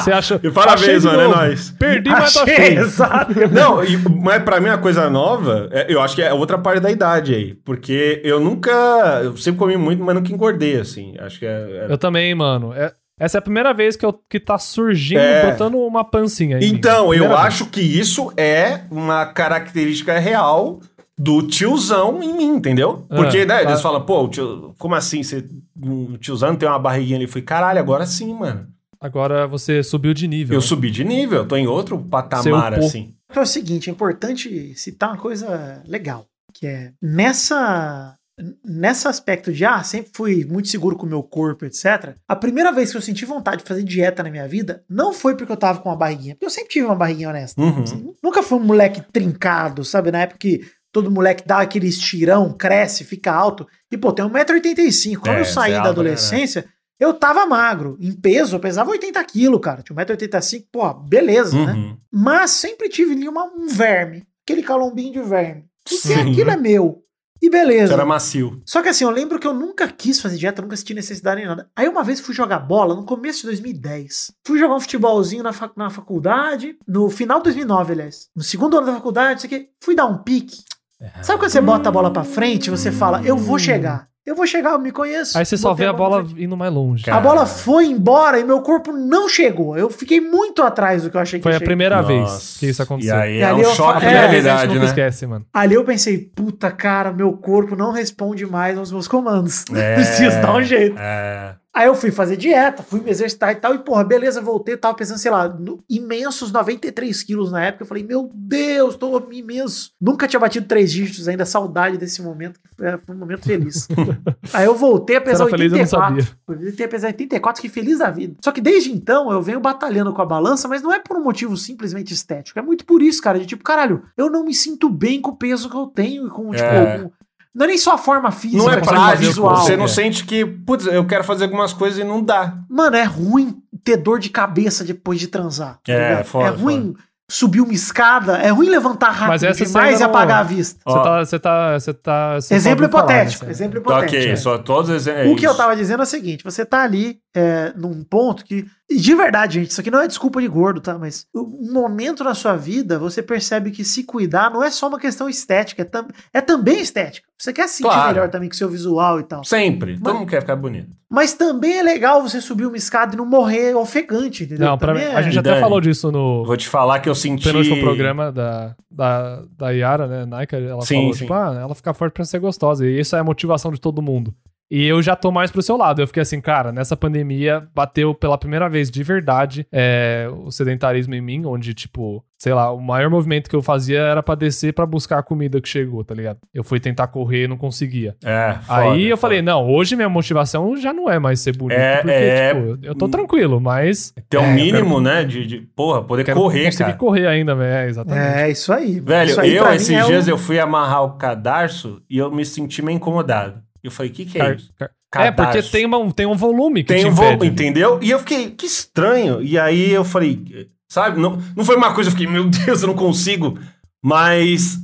Você acha? e parabéns, Achei de mano, é novo. nóis. Perdi, mas tá tô Achei, cheio. exato. Não, e- mas pra mim a coisa nova, é- eu acho que é outra parte da idade aí. Porque eu nunca. Eu sempre comi muito, mas nunca engordei, assim. Acho que é. é- Eu também, mano. É- essa é a primeira vez que, eu, que tá surgindo, É. botando uma pancinha aí. Então, eu acho que isso é uma característica real do tiozão em mim, entendeu? Ah, Porque, né, claro. eles falam, pô, o tio- como assim? Você, um tiozão tem uma barriguinha ali. Eu falei, caralho, agora sim, mano. Agora você subiu de nível. Eu né? subi de nível, eu tô em outro patamar, upou. assim. É o seguinte, é importante citar uma coisa legal, que é nessa nesse aspecto de ah, sempre fui muito seguro com o meu corpo, etc. A primeira vez que eu senti vontade de fazer dieta na minha vida não foi porque eu tava com uma barriguinha, porque eu sempre tive uma barriguinha honesta. Uhum. Assim, nunca fui um moleque trincado, sabe? Na época que todo moleque dá aquele estirão, cresce, fica alto. E, pô, tem 1,85m. Quando É, eu você saí é da alto, né, adolescência, eu tava magro. Em peso, eu pesava 80 quilos, cara. Tinha 1,85m, pô, beleza, né? Uhum. Mas sempre tive ali uma- um verme, aquele calombinho de verme. Porque Sim. aquilo é meu. E beleza. Isso era macio. Só que assim, eu lembro que eu nunca quis fazer dieta, nunca senti necessidade nem nada. Aí uma vez fui jogar bola, no começo de 2010. Fui jogar um futebolzinho na, fa- na faculdade, no final de 2009, aliás. No segundo ano da faculdade, isso aqui. Fui dar um pique. Sabe quando você bota a bola pra frente, você fala, eu vou chegar. Eu vou chegar, eu me conheço. Hum. Aí você só Botei vê a pra bola frente. indo mais longe. Cara, A bola foi embora e meu corpo não chegou. Eu fiquei muito atrás do que eu achei que Foi ia a chegar. primeira vez Nossa. que isso aconteceu. E aí E é ali um eu fa- choque de é, primeira vez a gente realidade, nunca né? esquece, mano. Ali eu pensei, puta cara, meu corpo não responde mais aos meus comandos. É. Preciso dar um jeito. É. Aí eu fui fazer dieta, fui me exercitar e tal, e porra, beleza, voltei, tava pensando, sei lá, no- imensos 93 quilos na época. Eu falei, meu Deus, tô imenso. Nunca tinha batido três dígitos ainda, saudade desse momento, que foi foi um momento feliz. Aí eu voltei a pesar Você era feliz, eu não 84. sabia. Eu voltei a pesar 84, que feliz da vida. Só que desde então eu venho batalhando com a balança, mas não é por um motivo simplesmente estético. É muito por isso, cara, de tipo, caralho, eu não me sinto bem com o peso que eu tenho e com, tipo, É. com- não é nem só a forma física, Não é mas também consegue fazer prático. visual, Você não é. sente que, putz, eu quero fazer algumas coisas e não dá. Mano, é ruim ter dor de cabeça depois de transar. tá É, ligado? foda, é ruim subir uma escada, é ruim levantar Mas rápido essa você demais ainda e não- apagar a vista. Você Ó. tá. Você tá. Você tá. você exemplo só ouviu falar né? hipotético, nessa- exemplo Tá, hipotético. ok, é. só todos os é o que eu isso. tava dizendo é o seguinte: você tá ali é, num ponto que. E de verdade, gente, isso aqui não é desculpa de gordo, tá? Mas um momento na sua vida você percebe que se cuidar não é só uma questão estética, é, tam- é também estética. Você quer se sentir Claro. melhor também com seu visual e tal. Sempre. Mas- Todo mundo quer ficar bonito. Mas também é legal você subir uma escada e não morrer ofegante, entendeu? Não, pra mim, Também a é- gente E até Dani? falou disso no, Vou te falar que eu senti. penúltimo programa da, da, da Yara, né? Nike, ela Sim, falou, sim. tipo, ah, ela fica forte pra ser gostosa. E isso é a motivação de todo mundo. E eu já tô mais pro seu lado. Eu fiquei assim, cara, nessa pandemia bateu pela primeira vez de verdade é, o sedentarismo em mim, onde, tipo, sei lá, o maior movimento que eu fazia era pra descer pra buscar a comida que chegou, tá ligado? Eu fui tentar correr e não conseguia. É, foda, Aí eu foda. falei, não, hoje minha motivação já não é mais ser bonito, É, porque, é. tipo, eu tô tranquilo, mas. Ter um É, eu mínimo, né? De, de- porra, poder quero correr, conseguir cara. correr ainda, velho. É, exatamente. É, isso aí. Velho, isso aí eu, pra esses mim é um- dias, eu fui amarrar o cadarço e eu me senti meio incomodado. Eu falei, o que, que é Car- isso? car- É, Cadarço. porque tem, uma, tem um volume que Tem te um voo, impede. né? entendeu? E eu fiquei, que estranho. E aí eu falei, sabe? Não, não foi uma coisa, eu fiquei, meu Deus, eu não consigo. Mas.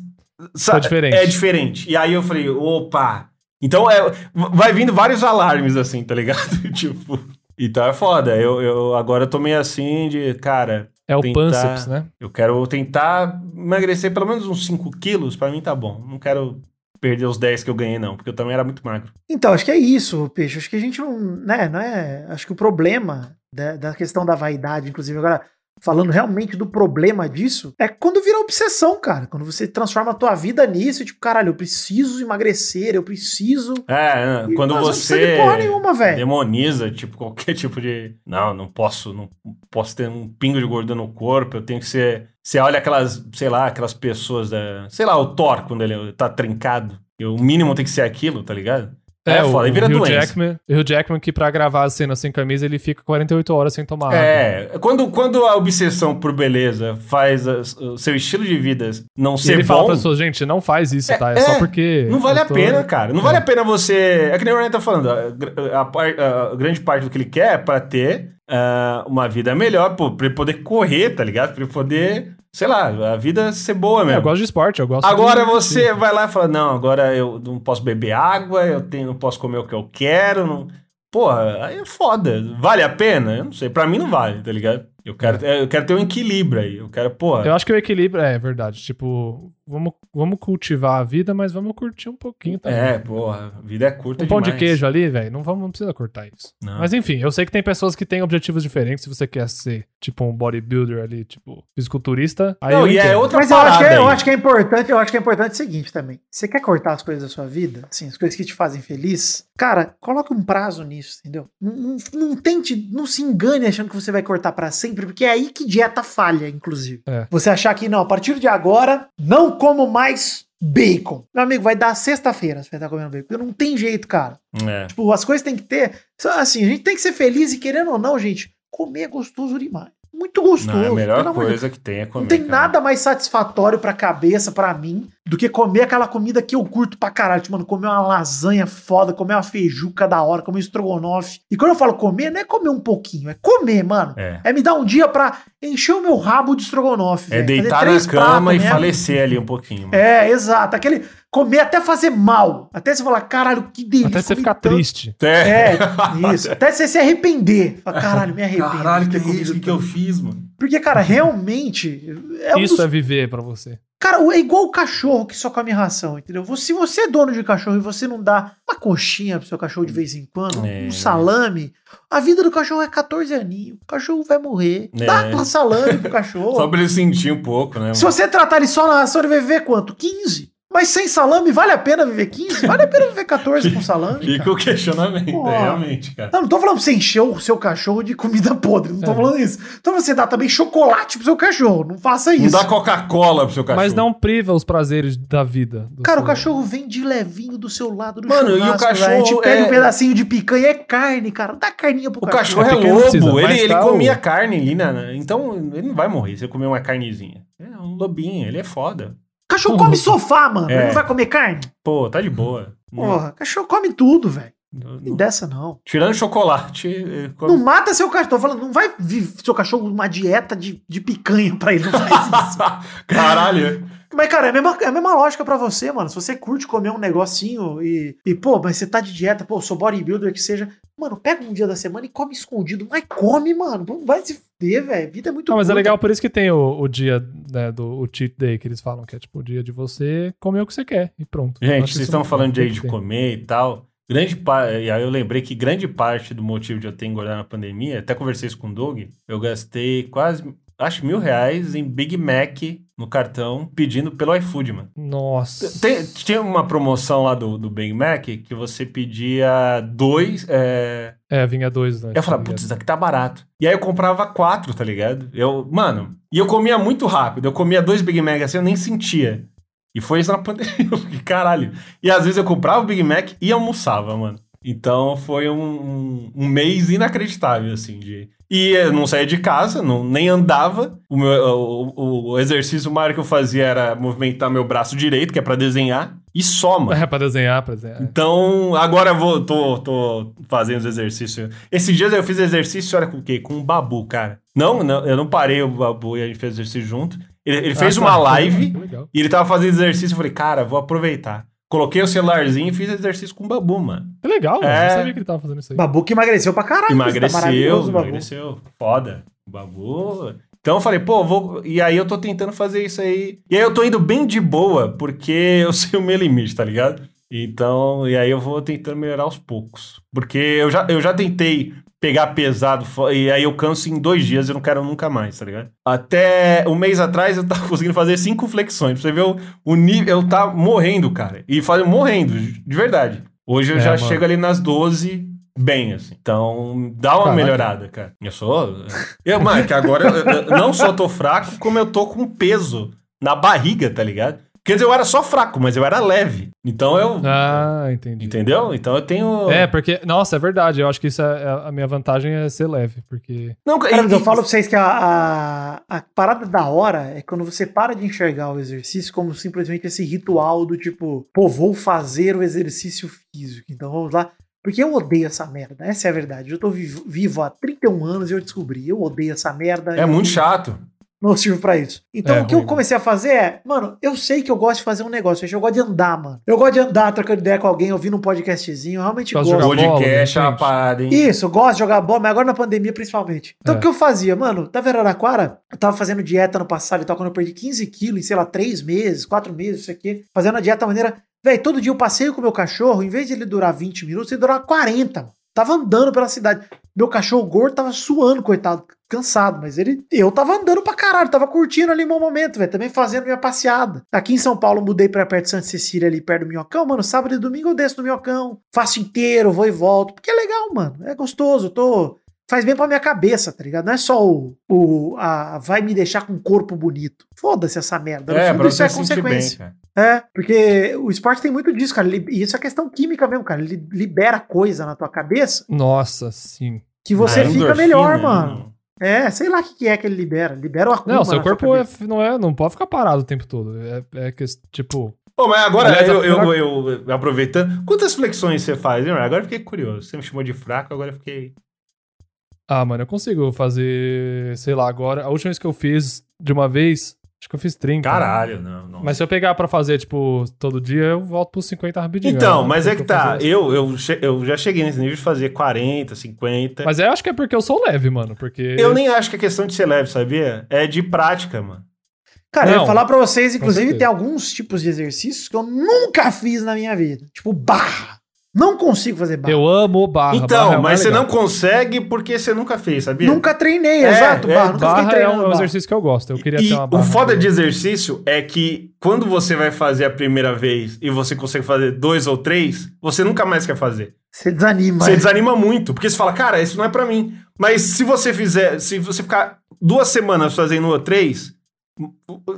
Sabe, diferente. É diferente. E aí eu falei, opa. Então é, vai vindo vários alarmes assim, tá ligado? tipo. Então é foda. Eu, eu agora eu tô meio assim de, cara, É o Tentar- pânceps, né? eu quero tentar emagrecer pelo menos uns 5 quilos, pra mim tá bom. Não quero perder os 10 que eu ganhei, não, porque eu também era muito magro. Então, acho que é isso, Peixe. Acho que a gente não. Né, não é, acho que o problema da, da questão da vaidade, inclusive, agora, falando realmente do problema disso, é quando vira obsessão, cara. Quando você transforma a tua vida nisso, tipo, caralho, eu preciso emagrecer, eu preciso. É, E, quando mas Não você. precisa de porra nenhuma, É. velho. demoniza, tipo, qualquer tipo de. Não, não posso, não posso ter um pingo de gordura no corpo, eu tenho que ser. Você olha aquelas, sei lá, aquelas pessoas da. Sei lá, o Thor, quando ele tá trincado. e o mínimo tem que ser aquilo, tá ligado? É, foda, aí vira Hugh doença. Jackman, o Hugh Jackman que pra gravar a cena sem camisa, ele fica 48 horas sem tomar água. É, quando, quando a obsessão por beleza faz a- o seu estilo de vida não E ser ele é bom, fala pra pessoas, gente, não faz isso, tá? É, é, só porque... não vale eu a tô- pena, cara. Não vale a pena você. É que nem o Ryan tá falando, a, gr- a par- a grande parte do que ele quer é pra ter ah, uma vida melhor, pô, pra ele poder correr, tá ligado? Pra ele poder, sei lá, a vida ser boa É, mesmo. eu gosto de esporte, eu gosto Agora de- você vai lá e fala: Não, agora eu não posso beber água, eu tenho, não posso comer o que eu quero. Não... Porra, aí é foda. Vale a pena? Eu não sei. Pra mim não vale, tá ligado? Eu quero, eu quero ter um equilíbrio aí. Eu quero, porra. É. Eu acho que o equilíbrio... É, é verdade. Tipo, vamos, vamos cultivar a vida, mas vamos curtir um pouquinho também. É, porra, a vida é curta Um pão de demais. queijo ali, velho, não, vamos- não precisa cortar isso. Não. Ah. Mas enfim, eu sei que tem pessoas que têm objetivos diferentes. Se você quer ser, tipo, um bodybuilder ali, tipo, fisiculturista, aí Não, eu e é entendo. outra Mas eu acho, que, parada eu aí. acho que é importante, eu acho que é importante o seguinte também. Você quer cortar as coisas da sua vida, assim, as coisas que te fazem feliz, cara, coloca um prazo nisso, entendeu? Não, não- não tente, não se engane achando que você vai cortar pra sempre, porque é aí que dieta falha, inclusive. É. Você achar que não, a partir de agora, não como mais bacon. Meu amigo, vai dar sexta-feira se você tá comendo bacon. Não tem jeito, cara. É. Tipo, as coisas tem que ter. só Assim, a gente tem que ser feliz e querendo ou não, gente, comer é gostoso demais. Muito gostoso. Não, é a pelo melhor amor de coisa que tem é comer. não tem cara. nada mais satisfatório pra cabeça, pra mim, do que comer aquela comida que eu curto pra caralho. Tipo, mano, comer uma lasanha foda, comer uma feijuca da hora, comer um estrogonofe. E quando eu falo comer, não é comer um pouquinho, é comer, mano. É. É me dar um dia pra encher o meu rabo de estrogonofe. É velho. Fazer deitar na três cama pratos e mesmo. falecer ali um pouquinho. mano. É, exato. Aquele comer até fazer mal. Até você falar, caralho, que delícia. Até você comi ficar tanto. triste. É. É, isso. Até você se arrepender. Fala, caralho, me é, arrependo. de ter comido que eu fiz, mano? Porque, cara, realmente. É um Isso dos é viver pra você. Cara, é igual o cachorro que só come ração, entendeu? Você- Se você é dono de cachorro e você não dá uma coxinha pro seu cachorro de vez em quando, É. um salame, a vida do cachorro é 14 aninhos. O cachorro vai morrer. É. Dá um salame pro Só cachorro. pra ele sentir um pouco, né? mano? Se você tratar ele só na ração, ele vai viver quanto? 15? Mas sem salame, vale a pena viver 15? Vale a pena viver 14 com salame? Fica Cara? o questionamento, é, Porra. realmente, cara. Não, não tô falando pra você encher o seu cachorro de comida podre. Não tô É. falando isso. Então você dá também chocolate pro seu cachorro. Não faça Não isso. dá Coca-Cola pro seu cachorro. Mas não priva os prazeres da vida. do Cara, seu- o é cachorro vem de levinho do seu lado do Mano, e o churrasco, cachorro velho. A gente pega é- um pedacinho de picanha, é carne, cara. Dá carninha pro O cachorro É é, porque não lobo, precisa, mas ele, ele tá o- comia carne ali, né, né? Então ele não vai morrer se eu comer uma carnezinha. É um lobinho, ele é foda. O cachorro come sofá, mano. É. Ele não vai comer carne? Pô, tá de boa. Não- Porra, cachorro come tudo, velho. Não- E não- dessa não. Tirando chocolate, eh, come- Não mata seu cachorro. Tô falando, não vai viver seu cachorro uma dieta de, de picanha pra ele, não faz isso. Caralho. mas, cara, é a mesma, é a mesma lógica pra você, mano. Se você curte comer um negocinho e, e, pô, mas você tá de dieta, pô, sou bodybuilder, que seja. Mano, pega um dia da semana e come escondido. Mas come, mano. Não vai se fuder, velho. Vida é muito Não, mas é curta. legal, né? por isso que tem o, o dia né, do o cheat day que eles falam, que é tipo o dia de você comer o que você quer e pronto. Eu acho Gente, que vocês isso estão não- falando de tem aí de que ter. comer e tal. Grande pa- E aí eu lembrei que grande parte do motivo de eu ter engordado na pandemia, até conversei isso com o Doug, eu gastei quase, acho, mil reais em Big Mac no cartão, pedindo pelo iFood, mano. Nossa. Tem- tinha uma promoção lá do, do Big Mac que você pedia dois. é, É, vinha dois antes. Eu tá falava, ligado? putz, isso aqui tá barato. E aí eu comprava quatro, tá ligado? Eu, mano, e eu comia muito rápido. Eu comia dois Big Mac assim, eu nem sentia. E foi isso na pandemia. Eu fiquei, caralho. E às vezes eu comprava o Big Mac e almoçava, mano. Então foi um, um, um mês inacreditável, assim, de. E eu não saía de casa, não, nem andava. O, meu, o, o exercício maior que eu fazia era movimentar meu braço direito, que é pra desenhar, e só, mano. É, pra desenhar, pra desenhar. Então, agora eu vou, tô, tô fazendo os exercícios. Esses dias eu fiz exercício, olha com o quê? Com o Babu, cara. Não, não, eu não parei o Babu e a gente fez exercício junto. Ele, ele fez Ah, uma tá. live Que legal. e ele tava fazendo exercício. Eu falei, cara, vou aproveitar. Coloquei o celularzinho e fiz exercício com o Babu, mano. Que legal, mano. É. Eu sabia que ele tava fazendo isso aí. Babu que emagreceu pra caralho. Tá Emagreceu, maravilhoso, Babu. emagreceu. Foda. O Babu. Então eu falei, pô, vou. E aí eu tô tentando fazer isso aí. E aí eu tô indo bem de boa, porque eu sei o meu limite, tá ligado? Então, e aí eu vou tentando melhorar aos poucos. Porque eu já, eu já tentei pegar pesado fo- e aí eu canso em dois dias, eu não quero nunca mais, tá ligado? Até um mês atrás eu tava conseguindo fazer cinco flexões. Pra você ver o, o nível. Eu tava morrendo, cara. E falei, morrendo, de verdade. Hoje eu É, já mano. chego ali nas 12, bem, assim. Então, dá uma Caraca. melhorada, cara. Eu sou. Eu, mano, é que agora eu, eu não só tô fraco, como eu tô com peso na barriga, tá ligado? Quer dizer, eu era só fraco, mas eu era leve. Então eu. Ah, entendi. Entendeu? Então eu tenho. É, porque, nossa, é verdade. Eu acho que isso é, é- a minha vantagem é ser leve, porque. Não, Cara, mas eu e- falo pra vocês que a, a, a parada da hora é quando você para de enxergar o exercício como simplesmente esse ritual do tipo, pô, vou fazer o exercício físico, então vamos lá. Porque eu odeio essa merda, essa é a verdade. Eu tô vivo, vivo há 31 anos e eu descobri, eu odeio essa merda. É eu muito chato. Não sirvo pra isso. Então É, o que eu horrível. comecei a fazer é, mano, eu sei que eu gosto de fazer um negócio, eu gosto de andar, mano. Eu gosto de andar, trocando ideia com alguém, ouvindo um podcastzinho, eu realmente Gosto de gosto. jogar bola, Podcast, de é uma repente. parada, hein? Isso, eu gosto de jogar bola, mas agora na pandemia principalmente. Então É. o que eu fazia, mano? Tava em Araraquara, eu tava fazendo dieta no passado e tal, quando eu perdi 15 quilos em, sei lá, 3 meses, 4 meses, isso aqui, fazendo a dieta maneira. Véi, todo dia eu passeio com o meu cachorro, em vez de ele durar 20 minutos, ele durava 40. mano. Tava andando pela cidade. Meu cachorro gordo tava suando, coitado, cansado, mas ele, eu tava andando pra caralho, tava curtindo ali meu momento, velho, também fazendo minha passeada. Aqui em São Paulo, eu mudei pra perto de Santa Cecília, ali perto do Minhocão, mano, sábado e domingo eu desço no Minhocão, faço inteiro, vou e volto, porque é legal, mano, é gostoso, eu tô... Faz bem pra minha cabeça, tá ligado? Não é só o. o a, vai me deixar com um corpo bonito. Foda-se essa merda. No É, fundo, pra isso é você se sentir bem, consequência. cara. É, porque o esporte tem muito disso, cara. li- E isso é questão química mesmo, cara. Ele libera coisa na tua cabeça Nossa, sim. que você Ah, fica Um endorfina, melhor, né? mano. É, sei lá o que, que é que ele libera. Libera o acúmulo. Não, seu na sua corpo é- cabeça. não, é, não pode ficar parado o tempo todo. É, é que, tipo. Pô, mas agora, Aliás, eu, a eu, eu- eu- aproveitando, quantas flexões você faz, hein? Agora eu fiquei curioso. Você me chamou de fraco, agora eu fiquei... Ah, mano, eu consigo fazer, sei lá, agora. A última vez que eu fiz de uma vez, acho que eu fiz 30. Então. Caralho, não, não. Mas se eu pegar pra fazer, tipo, todo dia, eu volto pros 50 rapidinho. Então, né? mas é que eu tá. fazer- assim. Eu, eu, che- eu já cheguei nesse nível de fazer 40, 50. Mas eu acho que é porque eu sou leve, mano. Porque. Eu nem acho que é questão de ser leve, sabia? É de prática, mano. Cara, eu é- Não, ia falar pra vocês, inclusive, certeza. tem alguns tipos de exercícios que eu nunca fiz na minha vida. Tipo, barra. Não consigo fazer barra. Eu amo barra. então, barra é o mas mais você legal. não consegue porque você nunca fez, sabia? Nunca treinei, É, exato, é, barra. Nunca Barra fiquei é treinando um, é um barra. exercício que eu gosto. Eu queria e ter uma barra. o foda de exercício é que quando você vai fazer a primeira vez e você consegue fazer dois ou três, você nunca mais quer fazer. Você desanima. Você desanima muito, porque você fala, cara, isso não é pra mim. Mas se você fizer, se você ficar duas semanas fazendo três,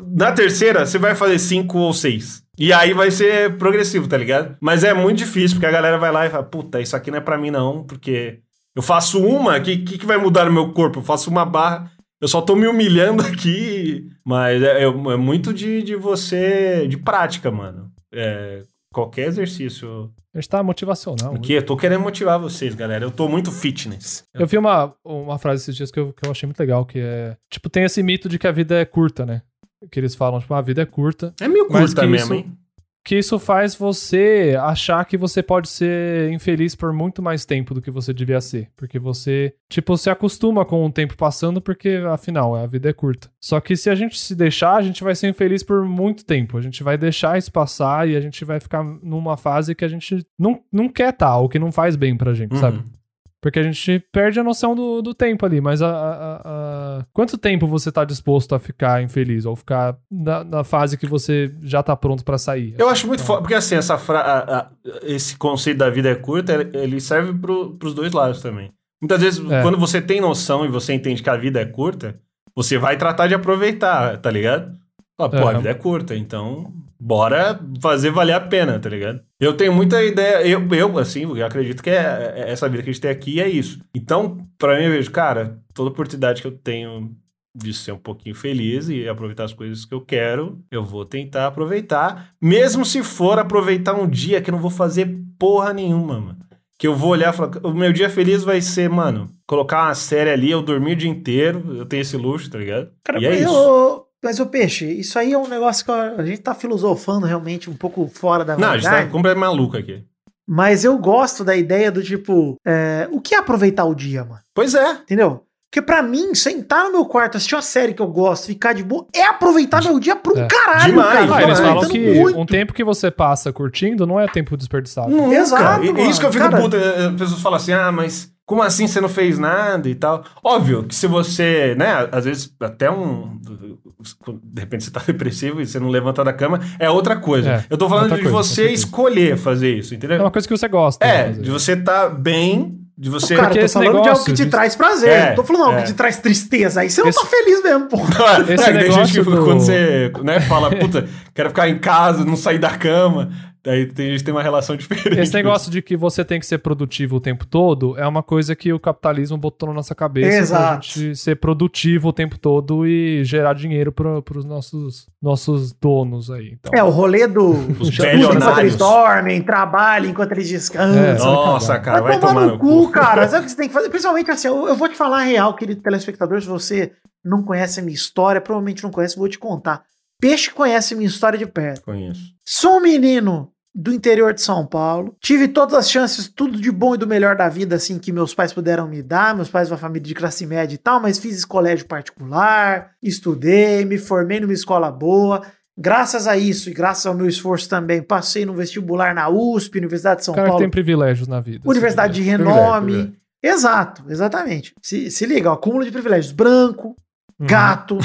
na terceira você vai fazer cinco ou seis. E aí vai ser progressivo, tá ligado? Mas é muito difícil, porque a galera vai lá e fala, puta, isso aqui não é pra mim não, porque eu faço uma, o que, que, que vai mudar no meu corpo? Eu faço uma barra, eu só tô me humilhando aqui. Mas é, é- é muito de, de você, de prática, mano. É, qualquer exercício. A gente tá motivacional. Porque eu tô querendo motivar vocês, galera. Eu tô muito fitness. Eu vi uma, uma frase esses dias que eu, que eu achei muito legal, que é. Tipo, tem esse mito de que a vida é curta, né? Que eles falam, tipo, a vida é curta. É meio Mas curta que isso- mesmo, hein? Que isso faz você achar que você pode ser infeliz por muito mais tempo do que você devia ser. Porque você, tipo, se acostuma com o tempo passando, porque afinal, a vida é curta. Só que se a gente se deixar, a gente vai ser infeliz por muito tempo. A gente vai deixar isso passar e a gente vai ficar numa fase que a gente não, não quer estar, ou que não faz bem pra gente, Uhum. sabe? Porque a gente perde a noção do, do tempo ali, mas a, a- a- a- quanto tempo você tá disposto a ficar infeliz ou ficar na, na fase que você já tá pronto pra sair? Eu acho muito Então, foda, porque assim, essa fra- a- a- esse conceito da vida é curta, ele- ele serve pro, pros dois lados também. Muitas vezes, É. quando você tem noção e você entende que a vida é curta, você vai tratar de aproveitar, tá ligado? Ah, pô, a Aham. vida é curta, então bora fazer valer a pena, tá ligado? Eu tenho muita ideia, eu, eu assim, eu acredito que é, é essa vida que a gente tem aqui é isso. Então, pra mim, eu vejo, cara, toda oportunidade que eu tenho de ser um pouquinho feliz e aproveitar as coisas que eu quero, eu vou tentar aproveitar, mesmo se for aproveitar um dia que eu não vou fazer porra nenhuma, mano. Que eu vou olhar e falar, o meu dia feliz vai ser, mano, colocar uma série ali, eu dormir o dia inteiro, eu tenho esse luxo, tá ligado? e é mas, isso. ô- mas, ô Peixe, isso aí é um negócio que a a gente tá filosofando realmente um pouco fora da Não, a verdade. gente tá completamente maluco aqui. Mas eu gosto da ideia do tipo, é, o que é aproveitar o dia, mano? Pois é. Entendeu? Porque pra mim, sentar no meu quarto, assistir uma série que eu gosto, ficar de boa, é aproveitar meu dia pra um É. caralho, Demais, cara. Eu tô Ah, demais. eles falam aproveitando que é muito. um tempo que você passa curtindo não é tempo desperdiçado. Nunca. E- Exato, e Tá mano. isso que eu fico Cara- puto. eh, As pessoas falam assim, ah, mas como assim você não fez nada e tal? Óbvio que se você, né, às vezes até um... De repente você tá depressivo e você não levanta da cama, é outra coisa. É, eu tô falando outra de coisa, com você certeza. escolher fazer isso, É entendeu? uma coisa que você gosta. né, É, fazer. de você tá bem, de você... Cara, Porque eu tô é esse falando de algo negócio que te de- traz prazer. É, não tô falando algo é. que te traz tristeza. Aí você Esse- não tá feliz mesmo, porra. É, Esse que tem gente que negócio fica- do- quando você né, fala, puta, quero ficar em casa, não sair da cama. Daí tem gente que tem uma relação diferente. Esse negócio de que você tem que ser produtivo o tempo todo é uma coisa que o capitalismo botou na nossa cabeça pra Exato. gente ser produtivo o tempo todo e gerar dinheiro pro, pros nossos, nossos donos aí. Então, É, o rolê do. Os Estudam enquanto bilionários. eles dormem, trabalham enquanto eles É, descansam. Nossa, Vai cara, vai, tomar, no cu, cu. cara. Sabe o que você tem que fazer? Principalmente assim, eu, eu vou te falar a real, querido telespectador. Se você não conhece a minha história, provavelmente não conhece, vou te contar. Peixe conhece minha história de perto. Conheço. Sou um menino do interior de São Paulo. Tive todas as chances, tudo de bom e do melhor da vida, assim, que meus pais puderam me dar. Meus pais, uma família de classe média e tal, mas fiz esse colégio particular, estudei, me formei numa escola boa. Graças a isso e graças ao meu esforço também, passei no vestibular na USP, Universidade de São o cara que Paulo. tem privilégios na vida. Universidade de assim, renome. privilégio. Exato, exatamente. Se, se liga, ó, acúmulo de privilégios. Branco, né? gato,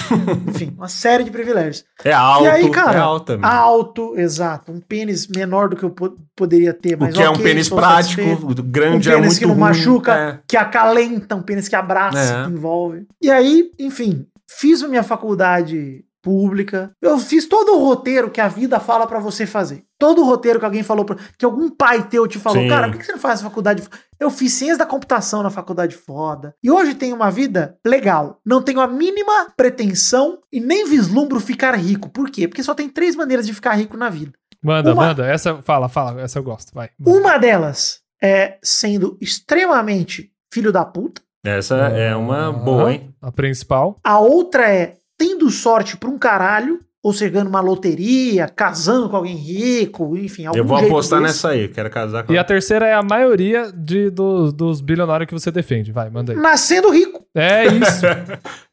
enfim, uma série de privilégios. É alto, E aí, cara, Ah, é alto também. Alto, exato. Um pênis menor do que eu po- poderia ter, o mas que é um ok, pênis estou prático, satisfeito. o grande Um é pênis muito que não ruim. machuca. É. Que acalenta, um pênis que abraça, É. que envolve. E aí, enfim, fiz a minha faculdade pública. Eu fiz todo o roteiro que a vida fala pra você fazer. Todo o roteiro que alguém falou, pra, que algum pai teu te falou, Sim. cara, por que você não faz faculdade? Eu fiz ciência da computação na faculdade foda. E hoje tenho uma vida legal. Não tenho a mínima pretensão e nem vislumbro ficar rico. Por quê? Porque só tem três maneiras de ficar rico na vida. Manda, Uma- manda. Essa, fala, fala. Essa eu gosto, vai. Uma delas é sendo extremamente filho da puta. Essa é uma boa, hein? A principal. A outra é tendo sorte pra um caralho, ou seja, ganhando uma loteria, casando com alguém rico, enfim, algum Eu vou É um jeito apostar desse. nessa aí, quero casar com E a ela. terceira é a maioria de, dos, dos bilionários que você defende. Vai, manda aí. Nascendo rico. É isso.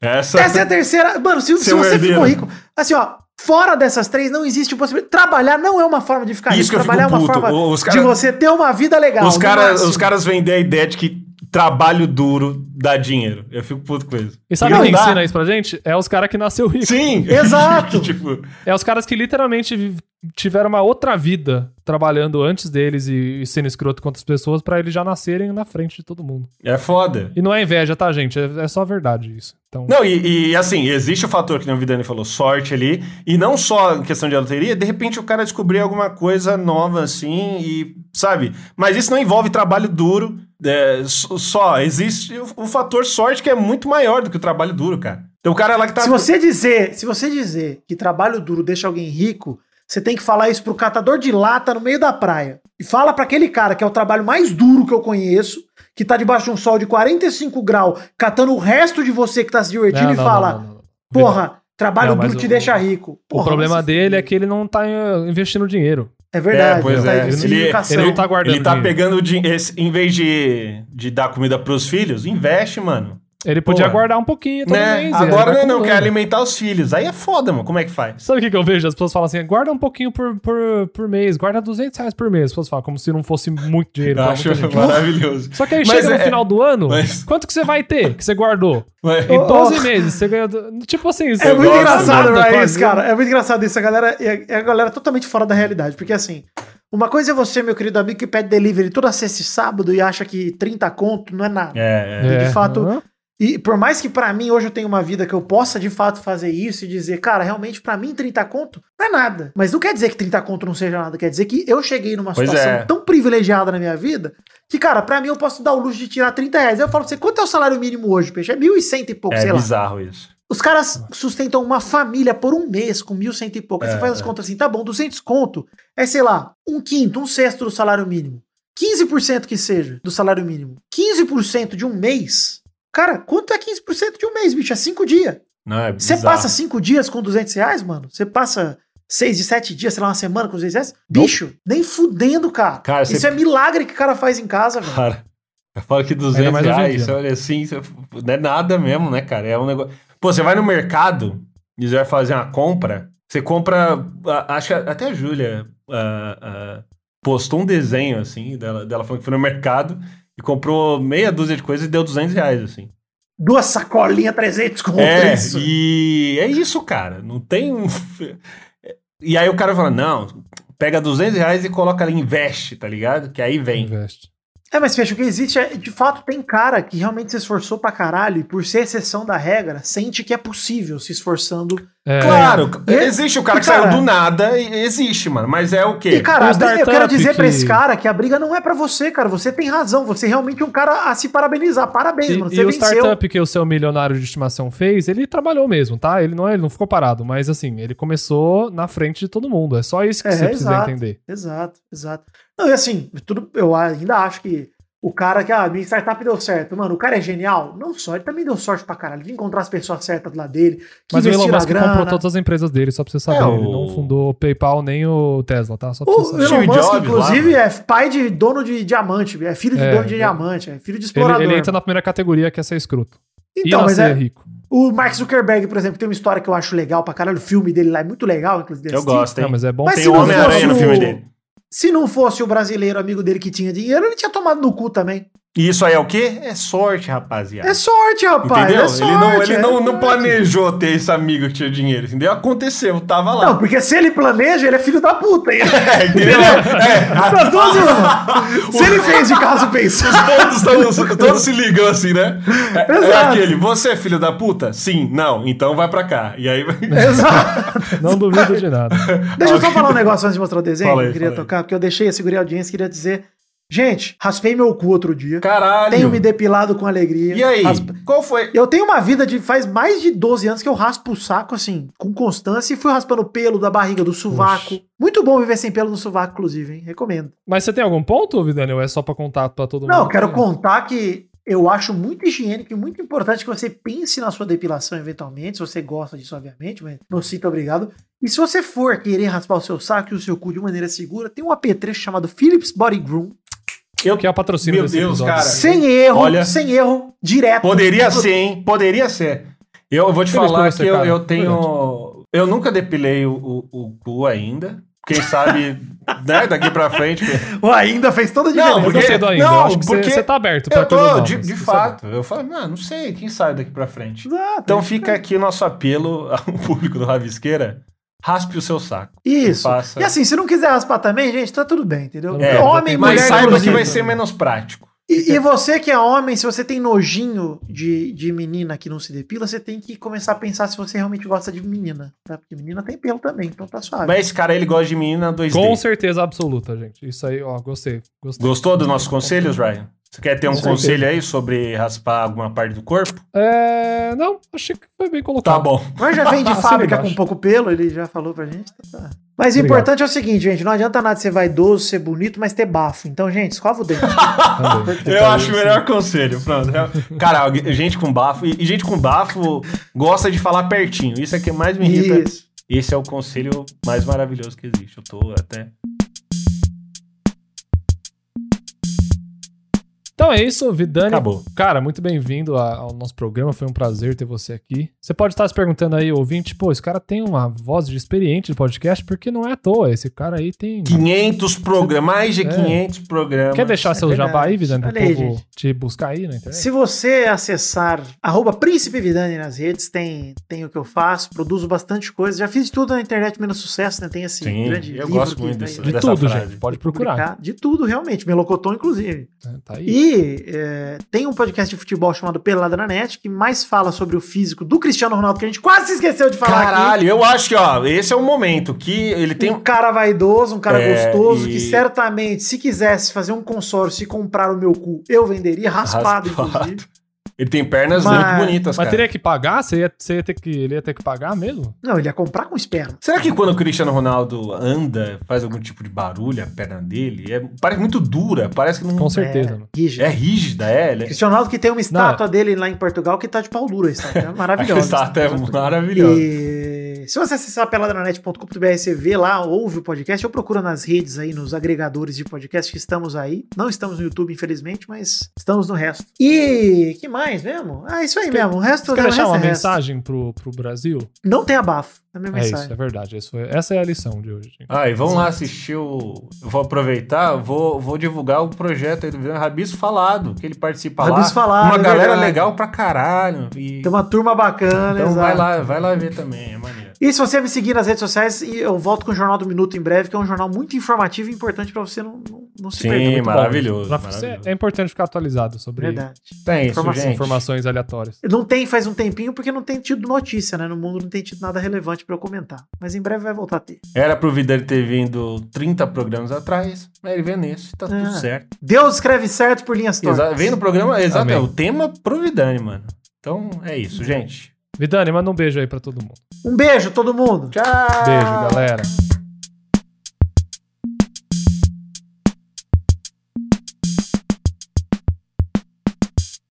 Essa, Essa é a terceira. Mano, se, se Seu você herdeiro. ficou rico, assim, ó, fora dessas três não existe possibilidade. Trabalhar não é uma forma de ficar isso que rico. eu Trabalhar fico é uma puto. forma Os de caras você ter uma vida legal. os no cara, máximo. os caras vendem a ideia de que trabalho duro dá dinheiro. Eu fico puto com isso. E sabe Não quem dá. ensina isso pra gente? É os caras que nasceu rico. Sim! Exato. tipo, É os caras que literalmente vi- tiveram uma outra vida trabalhando antes deles e, e sendo escroto com outras pessoas pra eles já nascerem na frente de todo mundo. é foda. E não é inveja, tá, gente? É, é só verdade isso. Então, Não, e, e, assim, existe o fator que nem o Vidani falou, sorte ali, e não só em questão de loteria, de repente o cara descobriu alguma coisa nova assim, e sabe? Mas isso não envolve trabalho duro é, s- só, existe o, o fator sorte que é muito maior do que o trabalho duro, cara. Tem o cara lá que tá. Se você dizer, se você dizer que trabalho duro deixa alguém rico, Você tem que falar isso pro catador de lata no meio da praia. E fala pra aquele cara que é o trabalho mais duro que eu conheço, que tá debaixo de um sol de 45 graus, catando o resto de você que tá se divertindo É, Não, e não, fala: não, não, não. Porra, trabalho Não, mas duro te o- deixa rico. O Porra, problema mas- dele é que ele não tá eh, investindo dinheiro. É verdade. É, pois tá é. em Ele- desindicação. Ele não tá guardando Ele tá dinheiro. pegando o dinheiro. Em vez de, de dar comida pros filhos, investe, mano. Ele podia Porra. guardar um pouquinho todo né? mês. ele vai Agora não, não, quer acumulando. alimentar os filhos. Aí é foda, mano. Como é que faz? Sabe o que, que eu vejo? As pessoas falam assim, guarda um pouquinho por, por, por mês, guarda 200 reais por mês. As pessoas falam como se não fosse muito dinheiro Eu pra acho muita gente. maravilhoso. Só que aí Mas chega no é- final do ano, mas- quanto que você vai ter que você guardou? Mas- Em Ô, 12 ô. meses, você ganhou... do- Tipo assim... É você muito gosto, engraçado, nada, né? quase, isso, cara. É muito engraçado isso. A galera é, é a galera totalmente fora da realidade. Porque assim, uma coisa é você, meu querido amigo, que pede delivery toda sexta e sábado e acha que 30 conto não é nada. É, é. É. de fato- Hã? E por mais que pra mim hoje eu tenha uma vida que eu possa de fato fazer isso e dizer, cara, realmente pra mim 30 conto não é nada. Mas não quer dizer que 30 conto não seja nada, quer dizer que eu cheguei numa Pois situação é. tão privilegiada na minha vida que, cara, pra mim eu posso dar o luxo de tirar 30 reais. Aí eu falo pra você, quanto é o salário mínimo hoje, peixe? É 1.100 e pouco, É sei lá. bizarro isso. Os caras sustentam uma família por um mês com mil cento e pouco. Aí você É, faz as é. contas assim, tá bom, 200 conto é, sei lá, um quinto, um sexto do salário mínimo. 15% que seja do salário mínimo. 15% de um mês. Cara, quanto é 15% de um mês, bicho? É cinco dias. Não, é Você bizarro. passa assim, cinco dias com 200 reais, mano? Você passa seis de sete dias, sei lá, uma semana com 200 reais? Bicho, nem fudendo, cara. Cara, Isso você- é milagre que o cara faz em casa, velho. Cara, eu falo que Ainda 200 mais hoje em reais, dia. você olha assim, você- não é nada mesmo, né, cara? É um negócio... Pô, você vai no mercado e você vai fazer uma compra, você compra... a- Acho que até a Júlia ah, ah, postou um desenho, assim, dela, dela falando que foi no mercado e comprou meia dúzia de coisas e deu 200 reais, assim. Duas sacolinhas, 300 conto, É, isso. e é isso, cara. Não tem um. E aí o cara fala: não, pega 200 reais e coloca ali, investe, tá ligado? Que aí vem. Investe. É, mas fecha, o que existe é, de fato, tem cara que realmente se esforçou pra caralho e por ser exceção da regra, sente que é possível se esforçando. É. Claro, E- existe o cara e, que cara- saiu do nada, e- existe, mano. Mas é o quê? E, cara, Os a briga- eu um startup quero dizer pra que- esse cara que a briga não é pra você, cara. Você tem razão, você realmente é um cara a se parabenizar. Parabéns, E, mano, e você o venceu. startup que o seu milionário de estimação fez, ele trabalhou mesmo, tá? Ele não, ele não ficou parado, mas assim, ele começou na frente de todo mundo. É só isso que É, você precisa exato. entender. Exato, exato. Não, e assim, tudo, eu ainda acho que o cara que, ah, minha startup deu certo. Mano, o cara é genial? Não só, ele também deu sorte pra caralho. Ele encontrou as pessoas certas do lado dele, que Mas o Elon investiram a Musk comprou grana. todas as empresas dele, só pra você saber. É, Ele o- não fundou o PayPal nem o Tesla, tá? Só pra O você saber. Elon Steve Musk, Jobs inclusive, lá, é pai de dono de diamante, é filho de É, dono de é. diamante, é filho de explorador. Ele, ele entra na primeira categoria que é ser escroto. então, e mas nascer é, rico. o Mark Zuckerberg, por exemplo, tem uma história que eu acho legal pra caralho, o filme dele lá é muito legal, inclusive. Eu assisti. gosto, hein? Não, mas é bom Mas ter Tem se o um não Homem-Aranha fosse no o- filme dele. Se não fosse o brasileiro amigo dele que tinha dinheiro, ele tinha tomado no cu também. E isso aí é o quê? É sorte, rapaziada. É sorte, rapaz. Entendeu? É sorte, ele não, ele é não, sorte. não planejou ter esse amigo que tinha dinheiro, entendeu? Aconteceu, tava lá. Não, porque se ele planeja, ele é filho da puta. É, entendeu? É, As duas irmãs. Se ele fez de caso pensado. Todos, tão- todos se ligam assim, né? É, é Exato. aquele, você é filho da puta? Sim, não, então vai pra cá. E aí vai. Exato. Não duvido de nada. Deixa eu só falar um negócio antes de mostrar o desenho Fala que aí, eu queria fala aí. tocar, porque eu deixei, eu segurei a audiência e queria dizer. Gente, raspei meu cu outro dia. Caralho. Tenho me depilado com alegria. E aí? Raspa- Qual foi? Eu tenho uma vida de faz mais de 12 anos que eu raspo o saco, assim, com constância, e fui raspando o pelo da barriga, do sovaco. Oxe. Muito bom viver sem pelo no sovaco, inclusive, hein? Recomendo. Mas você tem algum ponto, Vidani? Ou é só pra contar pra todo mundo? Não, eu quero contar que eu acho muito higiênico e muito importante que você pense na sua depilação eventualmente, se você gosta disso, obviamente, mas não sinto obrigado. E se você for querer raspar o seu saco e o seu cu de maneira segura, tem um apetrecho chamado Philips Body Groom. Eu Que é o patrocínio Meu desse Deus, episódio. cara. Sem erro, Olha- sem erro, direto. poderia ser, hein? Poderia ser. Eu vou te Feliz falar por você, que eu, cara. eu tenho. Eu nunca depilei o, o, o cu ainda. Quem sabe, né, daqui pra frente. Ou ainda fez toda a Não, diferença. Eu Porque- não sei do ainda. não, eu acho que você, porque você tá aberto pra Eu coisas tô, novas. de, de você sabe. fato. Eu falo, não, não sei, quem sabe daqui pra frente. Exato. Então fica aqui nosso apelo ao público do Ravisqueira: raspe o seu saco. Isso. Faça. E assim, se não quiser raspar também, gente, tá tudo bem, entendeu? Então, É, homem, mas mulher, saiba inclusive. que vai ser menos prático. E, e você que é homem, se você tem nojinho de, de menina que não se depila, você tem que começar a pensar se você realmente gosta de menina, tá? Porque menina tem pelo também, então tá suave. Mas esse cara, ele gosta de menina 2D. Com certeza absoluta, gente. Isso aí, ó, gostei. Gostei. Gostou dos nossos conselhos, Ryan? Você quer ter um certeza. conselho aí sobre raspar alguma parte do corpo? É, não, achei que foi bem colocado. Tá bom. Mas já vem de Assina fábrica embaixo. com pouco pelo, ele já falou pra gente. tá, tá. Mas o Obrigado. importante é o seguinte, gente. Não adianta nada ser vaidoso, ser bonito, mas ter bafo. Então, gente, escova o dente. Também. Tá Então Então, é Eu acho o melhor conselho, pronto. Cara, alguém- gente com bafo, e e gente com bafo gosta de falar pertinho. Isso é que mais me irrita. Isso. Esse é o conselho mais maravilhoso que existe. Eu tô até. Então é isso, Vidani. Acabou. Cara, muito bem-vindo a- ao nosso programa. Foi um prazer ter você aqui. Você pode estar se perguntando aí, ouvinte, pô, esse cara tem uma voz de experiente de podcast, porque não é à toa. Esse cara aí tem. 500 programas, mais de É. 500 programas. Quer deixar seu é verdade. jabá aí, Vidani, pro Olha aí, povo gente. te buscar aí na internet? É. Se você acessar arroba Príncipe Vidani nas redes, tem, tem o que eu faço, produzo bastante coisa. Já fiz de tudo na internet, menos sucesso, né? Tem esse Sim, grande eu livro gosto que muito tá aí, disso. De dessa tudo, frase. gente. Pode procurar. publicar. De tudo, realmente. Melocotão, inclusive. né? Tá aí. E é, tem um podcast de futebol chamado Pelada na Net, que mais fala sobre o físico do Cristiano Ronaldo, que a gente quase se esqueceu de falar aqui. Caralho, eu acho que, ó, esse é o momento que ele tem. Um cara vaidoso, um cara É, gostoso, e- que certamente, se quisesse fazer um consórcio e comprar o meu cu, eu venderia raspado, Raspado. inclusive. Ele tem pernas Mas- muito Mas bonitas, cara. teria que pagar? Você ia, você ia ter que, ele ia ter que pagar mesmo? Não, ele ia comprar com esperma. Será que quando o Cristiano Ronaldo anda, faz algum tipo de barulho a perna dele? É- parece muito dura, parece que não. Com certeza. mano. É, rígido. É rígida, é? Ele... Cristiano Ronaldo que tem uma estátua dele lá em Portugal que tá de pau dura, a estátua. É Aquela maravilhosa. estátua é maravilhosa. E se você acessar peladranet.com.br, você vê lá, ouve o podcast, ou procura nas redes aí, nos agregadores de podcast que estamos aí. Não estamos no YouTube, infelizmente, mas estamos no resto. E que mais mesmo? Ah, isso aí mesmo. O resto, Você quer o deixar resto uma é resto. mensagem pro, pro Brasil? Não tem abafo. É a minha É mensagem. isso, é verdade. Isso foi- essa é a lição de hoje. gente. Ah, e vão lá assistir o. Eu vou aproveitar, vou, vou divulgar o projeto aí do Vilão Rabisco Falado, que ele participa Rabisco lá. Falado, Uma é galera verdade. legal pra caralho. E... Tem uma turma bacana. é. Então vai exato. lá, vai lá ver também, é maneiro. E se você me seguir nas redes sociais, e eu volto com o Jornal do Minuto em breve, que é um jornal muito informativo e importante pra você não, não, não se Sim, perder. Muito bom. maravilhoso. Pra você, maravilhoso. é importante ficar atualizado sobre Verdade. Tem Então é isso, Informação, gente. informações aleatórias. Não tem faz um tempinho porque não tem tido notícia, né? No mundo não tem tido nada relevante pra eu comentar. Mas em breve vai voltar a ter. Era pro Vidani ter vindo 30 programas atrás, mas ele vê nesse, tá Ah, tudo certo. Deus escreve certo por linhas tortas. Exa vem no programa, exato, Amém. é o tema pro Vidani, mano. Então é isso, gente. Vidani, manda um beijo aí pra todo mundo. Um beijo, todo mundo. Tchau! Beijo, galera.